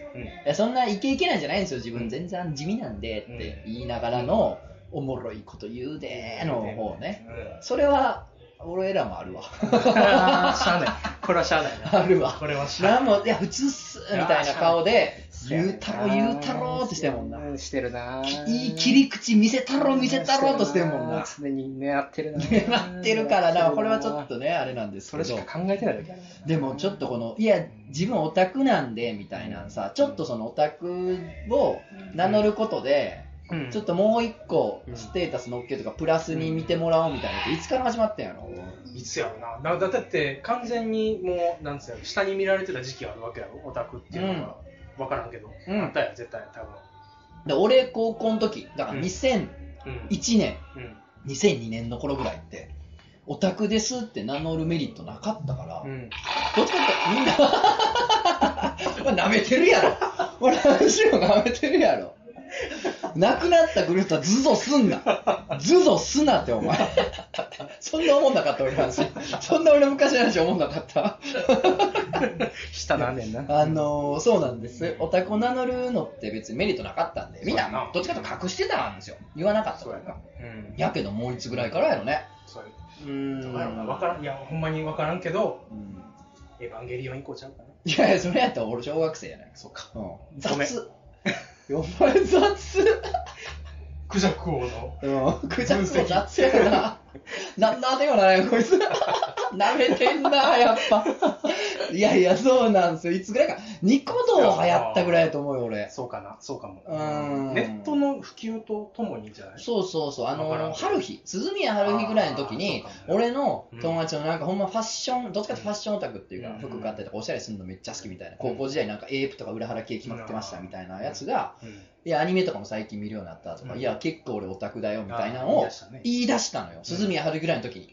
[SPEAKER 1] いやそんなイケイケなんじゃないんですよ自分全然地味なんでって言いながらの、おもろいこと言うでーの方ね、それは俺らもあるわ
[SPEAKER 2] あーしゃあないこれはしゃあないな
[SPEAKER 1] あるわ
[SPEAKER 2] これはしゃあ
[SPEAKER 1] なんもいや普通っすみたいな顔で言うたろ言うたろってしてんもんな
[SPEAKER 2] うしてるな
[SPEAKER 1] きいい切り口見せたろ見せたろとしてんもんな
[SPEAKER 2] 常に狙ってるな
[SPEAKER 1] 狙ってるからなこれはちょっとねあれなんです
[SPEAKER 2] そ
[SPEAKER 1] け
[SPEAKER 2] れし
[SPEAKER 1] ど
[SPEAKER 2] か考えてないだけやな
[SPEAKER 1] でもちょっとこのいや自分オタクなんでみたいなさちょっとそのオタクを名乗ることで、
[SPEAKER 2] うん
[SPEAKER 1] ちょっともう一個
[SPEAKER 2] うん
[SPEAKER 1] ステータス乗っけとかプラスに見てもらおうみたいなっていつから始まったんやろ
[SPEAKER 2] いつやろななだだって完全にもうなんつうやろ下に見られてた時期あるわけやろオタクっていうのが、わからんけど、
[SPEAKER 1] うん
[SPEAKER 2] あったや絶対多分
[SPEAKER 1] で俺高校の時だから
[SPEAKER 2] うん
[SPEAKER 1] 2001
[SPEAKER 2] うん
[SPEAKER 1] 年、
[SPEAKER 2] うん
[SPEAKER 1] 2002年の頃ぐらいってオタクですって名乗るメリットなかったから、
[SPEAKER 2] うん
[SPEAKER 1] どっちかってみんなお 前舐めてるやろ俺話を舐めてるやろ亡くなったグループはズゾすんなズゾすなってお前そんな思んなかった俺の話そんな俺の昔の話思んなかった
[SPEAKER 2] 下なんねんな。
[SPEAKER 1] あのーそうなんですオタクを名乗るのって別にメリットなかったんでみん
[SPEAKER 2] そうや
[SPEAKER 1] な
[SPEAKER 2] な
[SPEAKER 1] どっちかというと隠してたんですよ言わなかった
[SPEAKER 2] そ
[SPEAKER 1] と
[SPEAKER 2] う
[SPEAKER 1] い
[SPEAKER 2] や
[SPEAKER 1] う
[SPEAKER 2] な
[SPEAKER 1] か。
[SPEAKER 2] うん。
[SPEAKER 1] やけどもういつぐらいからやろね
[SPEAKER 2] そうや
[SPEAKER 1] うー
[SPEAKER 2] どうやろうな。わからん。いや、ほんまにわからんけど、
[SPEAKER 1] うん
[SPEAKER 2] エヴァンゲリオン以降ちゃうかな。
[SPEAKER 1] いやいやそれやったら俺小学生やね
[SPEAKER 2] そうか。
[SPEAKER 1] うん
[SPEAKER 2] ごめん
[SPEAKER 1] 雑お前雑
[SPEAKER 2] クジャク王の。
[SPEAKER 1] うんクジャクも雑やななんだでもないこいつ舐めてんなやっぱいやいやそうなんですよいつぐらいかニコ動流行ったぐらいやと思うよ俺
[SPEAKER 2] そうかな。そうかも。
[SPEAKER 1] うん
[SPEAKER 2] ネットの普及とともにじゃない
[SPEAKER 1] そうそうそうあ
[SPEAKER 2] わから
[SPEAKER 1] の
[SPEAKER 2] ん
[SPEAKER 1] 春日鈴宮春日ぐらいの時に
[SPEAKER 2] あーそうかも
[SPEAKER 1] 俺の友達のなんかほんまファッションどっちかっていうとファッションオタクっていう
[SPEAKER 2] う
[SPEAKER 1] か
[SPEAKER 2] ん
[SPEAKER 1] 服買ったりとかおしゃれするのめっちゃ好きみたいな高校時代なんかエープとか裏腹系決まってましたみたいなやつが
[SPEAKER 2] うん
[SPEAKER 1] いや、アニメとかも最近見るようになったとか、
[SPEAKER 2] うん
[SPEAKER 1] いや、結構俺オタクだよみたいな
[SPEAKER 2] あー
[SPEAKER 1] の
[SPEAKER 2] 言
[SPEAKER 1] を
[SPEAKER 2] い出したね
[SPEAKER 1] 言い出したのよ。鈴宮春樹ぐらいの時に。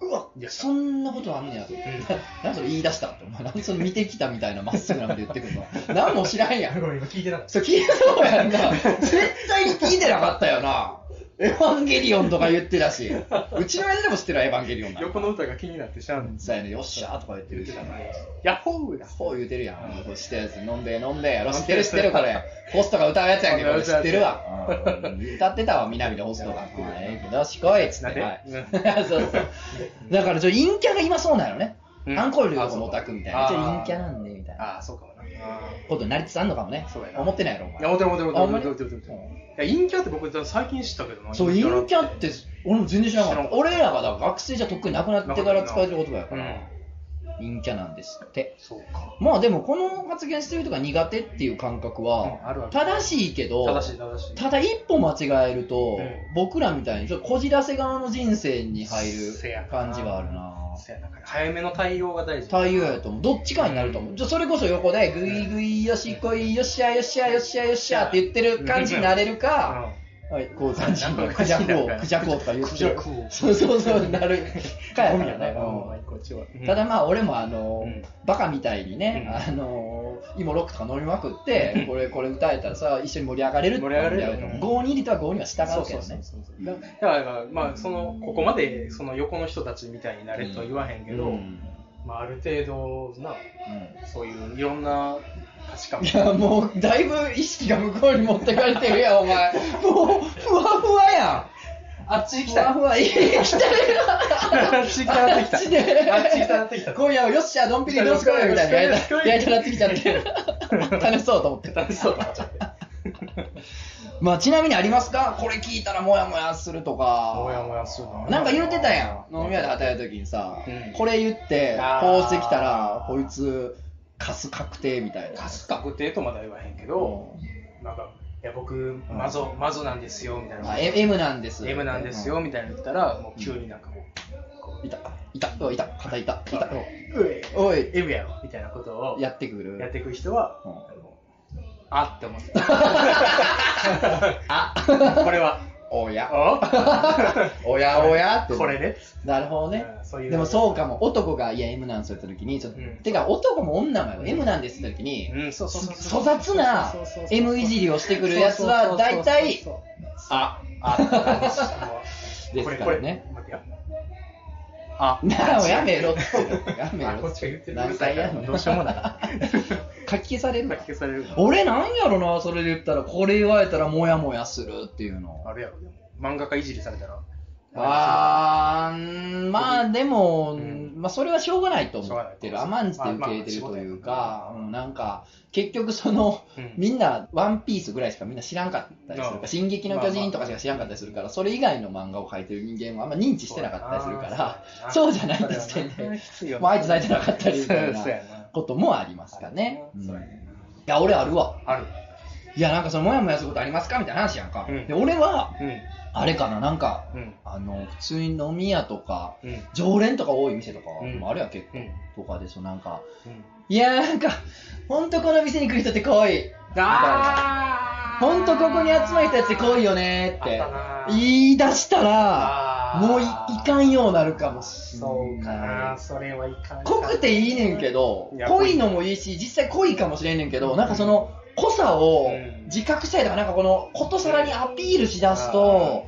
[SPEAKER 2] うん。
[SPEAKER 1] うわ
[SPEAKER 2] 言い、出した
[SPEAKER 1] そんなことあんねやと。
[SPEAKER 2] う
[SPEAKER 1] 何それ言い出したって。お前、何それ見てきたみたいなまっすぐなこと言ってくる の。何も知らんや
[SPEAKER 2] ん。
[SPEAKER 1] ん。
[SPEAKER 2] ごめん、今聞いてなかっ
[SPEAKER 1] それ聞いてそうやんな。絶対に聞いてなかったよな。エヴァンゲリオンとか言ってたし、うちの親でも知ってるわエヴァンゲリオン
[SPEAKER 2] た。
[SPEAKER 1] なん
[SPEAKER 2] 横
[SPEAKER 1] か。
[SPEAKER 2] の歌が気になってしゃあんです。
[SPEAKER 1] さやね、よっしゃーとか言ってるし。
[SPEAKER 2] ヤッホーだ。
[SPEAKER 1] こう言うてるやん。こうしてるやつ、飲んで飲んでやろ。知ってる知ってるこれ。ホストが歌うやつやんけ、これ知ってるわ。うん歌ってたわ、みなみでホストが。まあええけど、しこいっつ
[SPEAKER 2] な
[SPEAKER 1] っ
[SPEAKER 2] ん
[SPEAKER 1] て。
[SPEAKER 2] で
[SPEAKER 1] はい そうそう。だから、ちょ、陰キャが今そうなのね。
[SPEAKER 2] うん
[SPEAKER 1] アンコールのこのオタクみたいな。
[SPEAKER 2] あ
[SPEAKER 1] ち
[SPEAKER 2] そう
[SPEAKER 1] ょ、
[SPEAKER 2] か
[SPEAKER 1] 陰キャなんで、みたいな。
[SPEAKER 2] ああ、そうかもな。あーい
[SPEAKER 1] ことになりつつあんのかもね
[SPEAKER 2] そうや。な
[SPEAKER 1] 思ってないやろ、お
[SPEAKER 2] や、
[SPEAKER 1] 前。
[SPEAKER 2] 思ってる思ってる
[SPEAKER 1] あ
[SPEAKER 2] 思ってる思ってる思ってる思ってる。いや、陰キャって僕最近知ったけどな。
[SPEAKER 1] そう、陰キャって、俺も全然知らなか
[SPEAKER 2] 知
[SPEAKER 1] っ
[SPEAKER 2] らん
[SPEAKER 1] た。俺らがだから学生じゃとっくになくなってから使えてる言葉やか
[SPEAKER 2] う
[SPEAKER 1] ら
[SPEAKER 2] ん、。
[SPEAKER 1] 陰キャなんですって。
[SPEAKER 2] そうか。
[SPEAKER 1] まあでもこの発言してる人が苦手っていう感覚
[SPEAKER 2] うんあるあ
[SPEAKER 1] は
[SPEAKER 2] る
[SPEAKER 1] 正しいけど、
[SPEAKER 2] 正しい正しい。
[SPEAKER 1] ただ一歩間違えると、
[SPEAKER 2] うん
[SPEAKER 1] 僕らみたいにちょっとこじらせ側の人生に入
[SPEAKER 2] せや
[SPEAKER 1] る
[SPEAKER 2] な
[SPEAKER 1] 感じはあるな
[SPEAKER 2] せやな早めの対応が大事。
[SPEAKER 1] 太陽やと思うどっちかになると思う、じゃあそれこそ横でグイグイよしこいよっしゃよっしゃよっしゃよっしゃって言ってる感じになれるか、はい、こう感じ
[SPEAKER 2] なんか
[SPEAKER 1] クジャク王クジャク王とか言ってる
[SPEAKER 2] クジャク王
[SPEAKER 1] そう そうそうなるかや
[SPEAKER 2] ゴ
[SPEAKER 1] か
[SPEAKER 2] ミ
[SPEAKER 1] ら
[SPEAKER 2] やな、
[SPEAKER 1] ね、うん
[SPEAKER 2] こっちは。
[SPEAKER 1] ただまあ俺もあの
[SPEAKER 2] うん
[SPEAKER 1] バカみたいにね、
[SPEAKER 2] うん
[SPEAKER 1] あの今ロックとか乗りまくってこれこれ歌えたらさ一緒に盛り上がれるって
[SPEAKER 2] 盛り上がれる
[SPEAKER 1] 思うんだけど郷に入りとは郷には従
[SPEAKER 2] そうう
[SPEAKER 1] けど
[SPEAKER 2] そうそう
[SPEAKER 1] ね
[SPEAKER 2] そうだだからまあそのここまでその横の人たちみたいになれとは言わへんけど、
[SPEAKER 1] うん
[SPEAKER 2] まあある程度なそういういろんな価値観
[SPEAKER 1] いやもうだいぶ意識が向こうに持ってかれてる やんお前もうふわふわや
[SPEAKER 2] あっ
[SPEAKER 1] ん
[SPEAKER 2] ち行き
[SPEAKER 1] ふ
[SPEAKER 2] たい
[SPEAKER 1] わふわいい来た
[SPEAKER 2] あっち行きたな ってきた
[SPEAKER 1] あっちね
[SPEAKER 2] あっち行きたなってきた
[SPEAKER 1] 今夜はよっしゃドンピリどすこいみたいなやりたやりたなってきちゃ って楽しそうと思って
[SPEAKER 2] 楽しそうだなちょっと
[SPEAKER 1] まあちなみにありますかこれ聞いたらモヤモヤするとか
[SPEAKER 2] もやもやするな
[SPEAKER 1] なんか言うてたやん飲み屋で働いた時にさ、
[SPEAKER 2] うん
[SPEAKER 1] これ言って
[SPEAKER 2] あ
[SPEAKER 1] こ
[SPEAKER 2] ー
[SPEAKER 1] うしてきたらこいつ貸す確定みたいな
[SPEAKER 2] 貸す確定とまだ言わへんけど、なんかいや僕マゾマゾなんですよみたいな
[SPEAKER 1] あ M, M なんです。
[SPEAKER 2] M なんですよみたいな言ったらもう急になんかも
[SPEAKER 1] うん。いた、いた、うわいた、肩いた、いうた、
[SPEAKER 2] 「うえ
[SPEAKER 1] おい、
[SPEAKER 2] M やろ」みたいなことを
[SPEAKER 1] やってくる。
[SPEAKER 2] やっていく人は、
[SPEAKER 1] うん
[SPEAKER 2] あのあって 思ってた。あこれは、
[SPEAKER 1] おや、
[SPEAKER 2] お
[SPEAKER 1] お やおやって。
[SPEAKER 2] これね。
[SPEAKER 1] なるほどね
[SPEAKER 2] うんそういう。
[SPEAKER 1] でもそうかも、男が、いや、M なんですよって時に、ちょっと
[SPEAKER 2] うん、
[SPEAKER 1] てか、男も女も M なんですって時に、
[SPEAKER 2] うん、そうそうそうそ
[SPEAKER 1] 粗
[SPEAKER 2] う。
[SPEAKER 1] 雑な M いじりをしてくるやつは、大体、あ、
[SPEAKER 2] あ
[SPEAKER 1] で
[SPEAKER 2] これ
[SPEAKER 1] すか
[SPEAKER 2] こ
[SPEAKER 1] ら
[SPEAKER 2] れ
[SPEAKER 1] ね。
[SPEAKER 2] 待ってよ。あ
[SPEAKER 1] なあ、やめろって。やめ
[SPEAKER 2] あ
[SPEAKER 1] ろ
[SPEAKER 2] こっちが言ってる。
[SPEAKER 1] 何回やんの
[SPEAKER 2] どうしよう もない。
[SPEAKER 1] 書き消されるわ
[SPEAKER 2] 書き消される。
[SPEAKER 1] 俺なんやろなそれで言ったらこれ言われたらモヤモヤするっていうの
[SPEAKER 2] あれやろ、でも漫画家いじりされたら。
[SPEAKER 1] あーまあでも、
[SPEAKER 2] うん
[SPEAKER 1] まあ、それはしょうがないと思って
[SPEAKER 2] しょうが
[SPEAKER 1] る
[SPEAKER 2] ない
[SPEAKER 1] 甘んじて受け入れてるというか、
[SPEAKER 2] まあまあ仕事やから
[SPEAKER 1] うんなんか結局その
[SPEAKER 2] うん
[SPEAKER 1] みんな「ワンピースぐらいしかみんな知らんかったりするか
[SPEAKER 2] う
[SPEAKER 1] ら「
[SPEAKER 2] ん
[SPEAKER 1] 進撃の巨人」とかしか知らんかったりするからそれ以外の漫画を描いてる人間はあんま認知してなかったりするからそうじゃないですけどねもう
[SPEAKER 2] あ
[SPEAKER 1] 相手されてなかったりみたいな
[SPEAKER 2] そうやな。
[SPEAKER 1] こともありますかね、うん
[SPEAKER 2] そうや
[SPEAKER 1] い
[SPEAKER 2] な
[SPEAKER 1] や俺あるわ
[SPEAKER 2] ある。
[SPEAKER 1] いや、なんかそのモヤモヤすることありますかみたいな話やんか。
[SPEAKER 2] うん
[SPEAKER 1] で、俺は、
[SPEAKER 2] うん。
[SPEAKER 1] あれかな、なんか、
[SPEAKER 2] うん。
[SPEAKER 1] あの、普通に飲み屋とか、
[SPEAKER 2] うん。
[SPEAKER 1] 常連とか多い店とか、
[SPEAKER 2] うん
[SPEAKER 1] まああれは結構、
[SPEAKER 2] うん
[SPEAKER 1] とかでしょ、なんか、
[SPEAKER 2] うん。
[SPEAKER 1] いやーなんか、ほんとこの店に来る人って可愛い。
[SPEAKER 2] ああ
[SPEAKER 1] ほんとここに集まりたやつって来いよねって
[SPEAKER 2] あったな
[SPEAKER 1] 言い出したら、
[SPEAKER 2] あー
[SPEAKER 1] もういいかんようなるかもし
[SPEAKER 2] そ
[SPEAKER 1] ん
[SPEAKER 2] うか
[SPEAKER 1] な
[SPEAKER 2] な、
[SPEAKER 1] い。
[SPEAKER 2] それはいかんか。
[SPEAKER 1] 濃くていいねんけど
[SPEAKER 2] い、や
[SPEAKER 1] 濃いのもいいし、実際濃いかもしれんねんけど、なんかその濃さを
[SPEAKER 2] うん
[SPEAKER 1] 自覚したいとか、なんかこのことさらにアピールしだすと、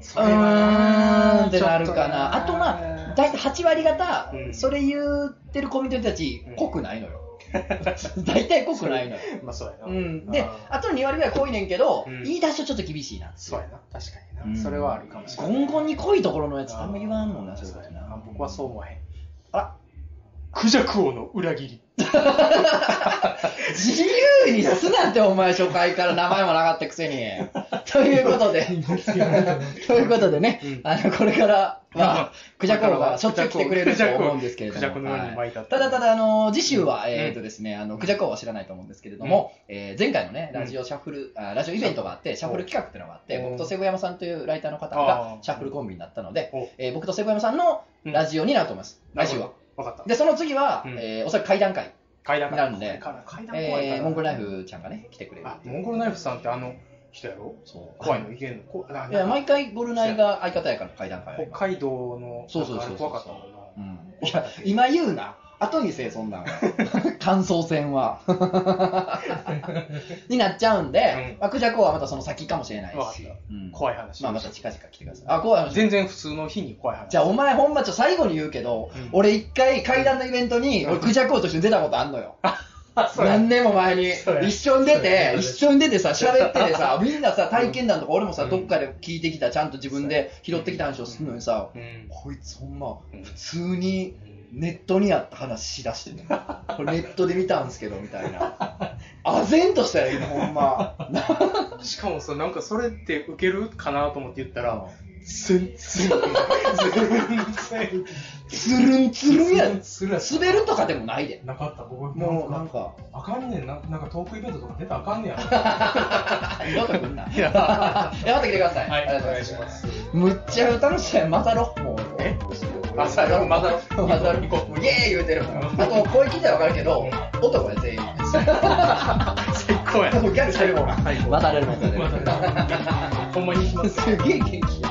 [SPEAKER 1] う
[SPEAKER 2] それはな、
[SPEAKER 1] ーんってなるかな。あとまあ、大体8割方
[SPEAKER 2] う、ん
[SPEAKER 1] それ言ってるコミュニティたち
[SPEAKER 2] うん、
[SPEAKER 1] 濃くないの よ。大体濃くないのよ。
[SPEAKER 2] まあそうやな。
[SPEAKER 1] うん。で、
[SPEAKER 2] あ
[SPEAKER 1] あとの2割ぐらい濃いねんけど、
[SPEAKER 2] うん
[SPEAKER 1] 言い出しはちょっと厳しいな。
[SPEAKER 2] そうやな、確か
[SPEAKER 1] う
[SPEAKER 2] に
[SPEAKER 1] ん
[SPEAKER 2] な。それはあるかもしれ
[SPEAKER 1] ゴ
[SPEAKER 2] ない。
[SPEAKER 1] ンゴンに濃いところのやつ、あんま言わんもんな、そういう
[SPEAKER 2] 確
[SPEAKER 1] こと
[SPEAKER 2] かにな
[SPEAKER 1] な。
[SPEAKER 2] 僕はそう思わへん。
[SPEAKER 1] あら、
[SPEAKER 2] クジャク王の 裏切り。
[SPEAKER 1] 自由にすなって、お前、初回から名前もなかったくせに。 ということで、ということでね、
[SPEAKER 2] うん
[SPEAKER 1] あの、これから、まあ、クジャコロがしょっちゅう来てくれる
[SPEAKER 2] クジ
[SPEAKER 1] と
[SPEAKER 2] ャコ
[SPEAKER 1] 思うんですけれども。
[SPEAKER 2] クジャコの上に
[SPEAKER 1] はい
[SPEAKER 2] 巻いた。
[SPEAKER 1] ただた
[SPEAKER 2] だ、
[SPEAKER 1] だ、あの次週は、
[SPEAKER 2] うん
[SPEAKER 1] えっとですね、あの、クジャコは知らないと思うんですけれども、えー前回のね、ラジオシャッフル、あラジオイベントがあって、シャッフル企画っていうのがあって、
[SPEAKER 2] うん
[SPEAKER 1] 僕とセブヤマさんというライターの方
[SPEAKER 2] あ
[SPEAKER 1] が
[SPEAKER 2] ー
[SPEAKER 1] シャッフルコンビになったので
[SPEAKER 2] お、
[SPEAKER 1] えー僕とセブヤマさんのラジオになると思います。来週は。
[SPEAKER 2] 分かった。
[SPEAKER 1] で、その次は、
[SPEAKER 2] うん
[SPEAKER 1] えーおそらく会談会、
[SPEAKER 2] 階段
[SPEAKER 1] なるんで
[SPEAKER 2] 階段怖いか
[SPEAKER 1] えー
[SPEAKER 2] ら。
[SPEAKER 1] モンゴルナイ。フちゃんがね、来てくれる。
[SPEAKER 2] あ、モンゴルナイフさんってあの人やろ
[SPEAKER 1] そう
[SPEAKER 2] 怖いのいけんのこあ
[SPEAKER 1] いや、毎回ゴルナイが相方やから、会談会は
[SPEAKER 2] 北
[SPEAKER 1] 今。
[SPEAKER 2] 海道の、
[SPEAKER 1] そうそうそうそう
[SPEAKER 2] あれ怖かったもんな。
[SPEAKER 1] うんいや、今言うな。後にせえ、そんなんは。 感想戦は。になっちゃうんで
[SPEAKER 2] う、ん
[SPEAKER 1] まあクジャコはまたその先かもしれない
[SPEAKER 2] わか
[SPEAKER 1] し
[SPEAKER 2] っ。
[SPEAKER 1] うん
[SPEAKER 2] 怖い話。
[SPEAKER 1] まあ、また近々来てください。あ、怖い話。
[SPEAKER 2] 全然普通の日に怖い話。
[SPEAKER 1] じゃあ、お前、ほんま、ちょ、最後に言うけど
[SPEAKER 2] うん、
[SPEAKER 1] 俺一回、会談のイベントに、
[SPEAKER 2] うん
[SPEAKER 1] 俺、クジャコとして出たことあんのよ。
[SPEAKER 2] あ、そうや
[SPEAKER 1] 何年も前に
[SPEAKER 2] そうや
[SPEAKER 1] 一緒に出て
[SPEAKER 2] そうや
[SPEAKER 1] 一緒に出てさ喋っててさみんなさ体験談とか俺も
[SPEAKER 2] う
[SPEAKER 1] さ
[SPEAKER 2] ん
[SPEAKER 1] どっかで聞いてきたちゃんと自分で拾ってきた話をするのにさ
[SPEAKER 2] うん。
[SPEAKER 1] こいつほんま
[SPEAKER 2] うん
[SPEAKER 1] 普通にネットにあった話しだして ねこれネットで見たんすけどみたいな唖然としたよ今ほんま
[SPEAKER 2] しかもさ、なんかそれって受けるかなと思って言ったら、
[SPEAKER 1] 全然
[SPEAKER 2] 全
[SPEAKER 1] つるんつるんや
[SPEAKER 4] するやつ
[SPEAKER 1] 滑るとかでもないで
[SPEAKER 4] なかった僕
[SPEAKER 1] もうな
[SPEAKER 4] なん
[SPEAKER 1] ん
[SPEAKER 4] か
[SPEAKER 1] か
[SPEAKER 4] あかんねんななんかトークイベントとか出たらあかんねや
[SPEAKER 1] 二度と来んないや
[SPEAKER 2] や
[SPEAKER 1] また来てください
[SPEAKER 2] はい、
[SPEAKER 1] ありがとうご
[SPEAKER 2] お
[SPEAKER 1] ざい
[SPEAKER 2] 願い
[SPEAKER 1] ま
[SPEAKER 2] し
[SPEAKER 1] す
[SPEAKER 2] ます。
[SPEAKER 1] むっちゃ楽しそうや混ざろもう
[SPEAKER 2] え
[SPEAKER 1] 混ざ
[SPEAKER 2] 混ざ
[SPEAKER 1] ろ
[SPEAKER 2] ろ
[SPEAKER 1] う
[SPEAKER 2] う
[SPEAKER 1] 混
[SPEAKER 2] 混
[SPEAKER 1] ざ
[SPEAKER 2] ざ
[SPEAKER 1] ろ
[SPEAKER 2] ろ
[SPEAKER 1] う混
[SPEAKER 2] う
[SPEAKER 1] ざろうもうイエーイ言うてるもんあと声聞いたら分かるけど男や全員
[SPEAKER 2] 最高や。
[SPEAKER 1] もうギャグしてるもん
[SPEAKER 2] 最高
[SPEAKER 1] 混ざれるもん混ざれる
[SPEAKER 2] ほんまに行きます。
[SPEAKER 1] すげえ元気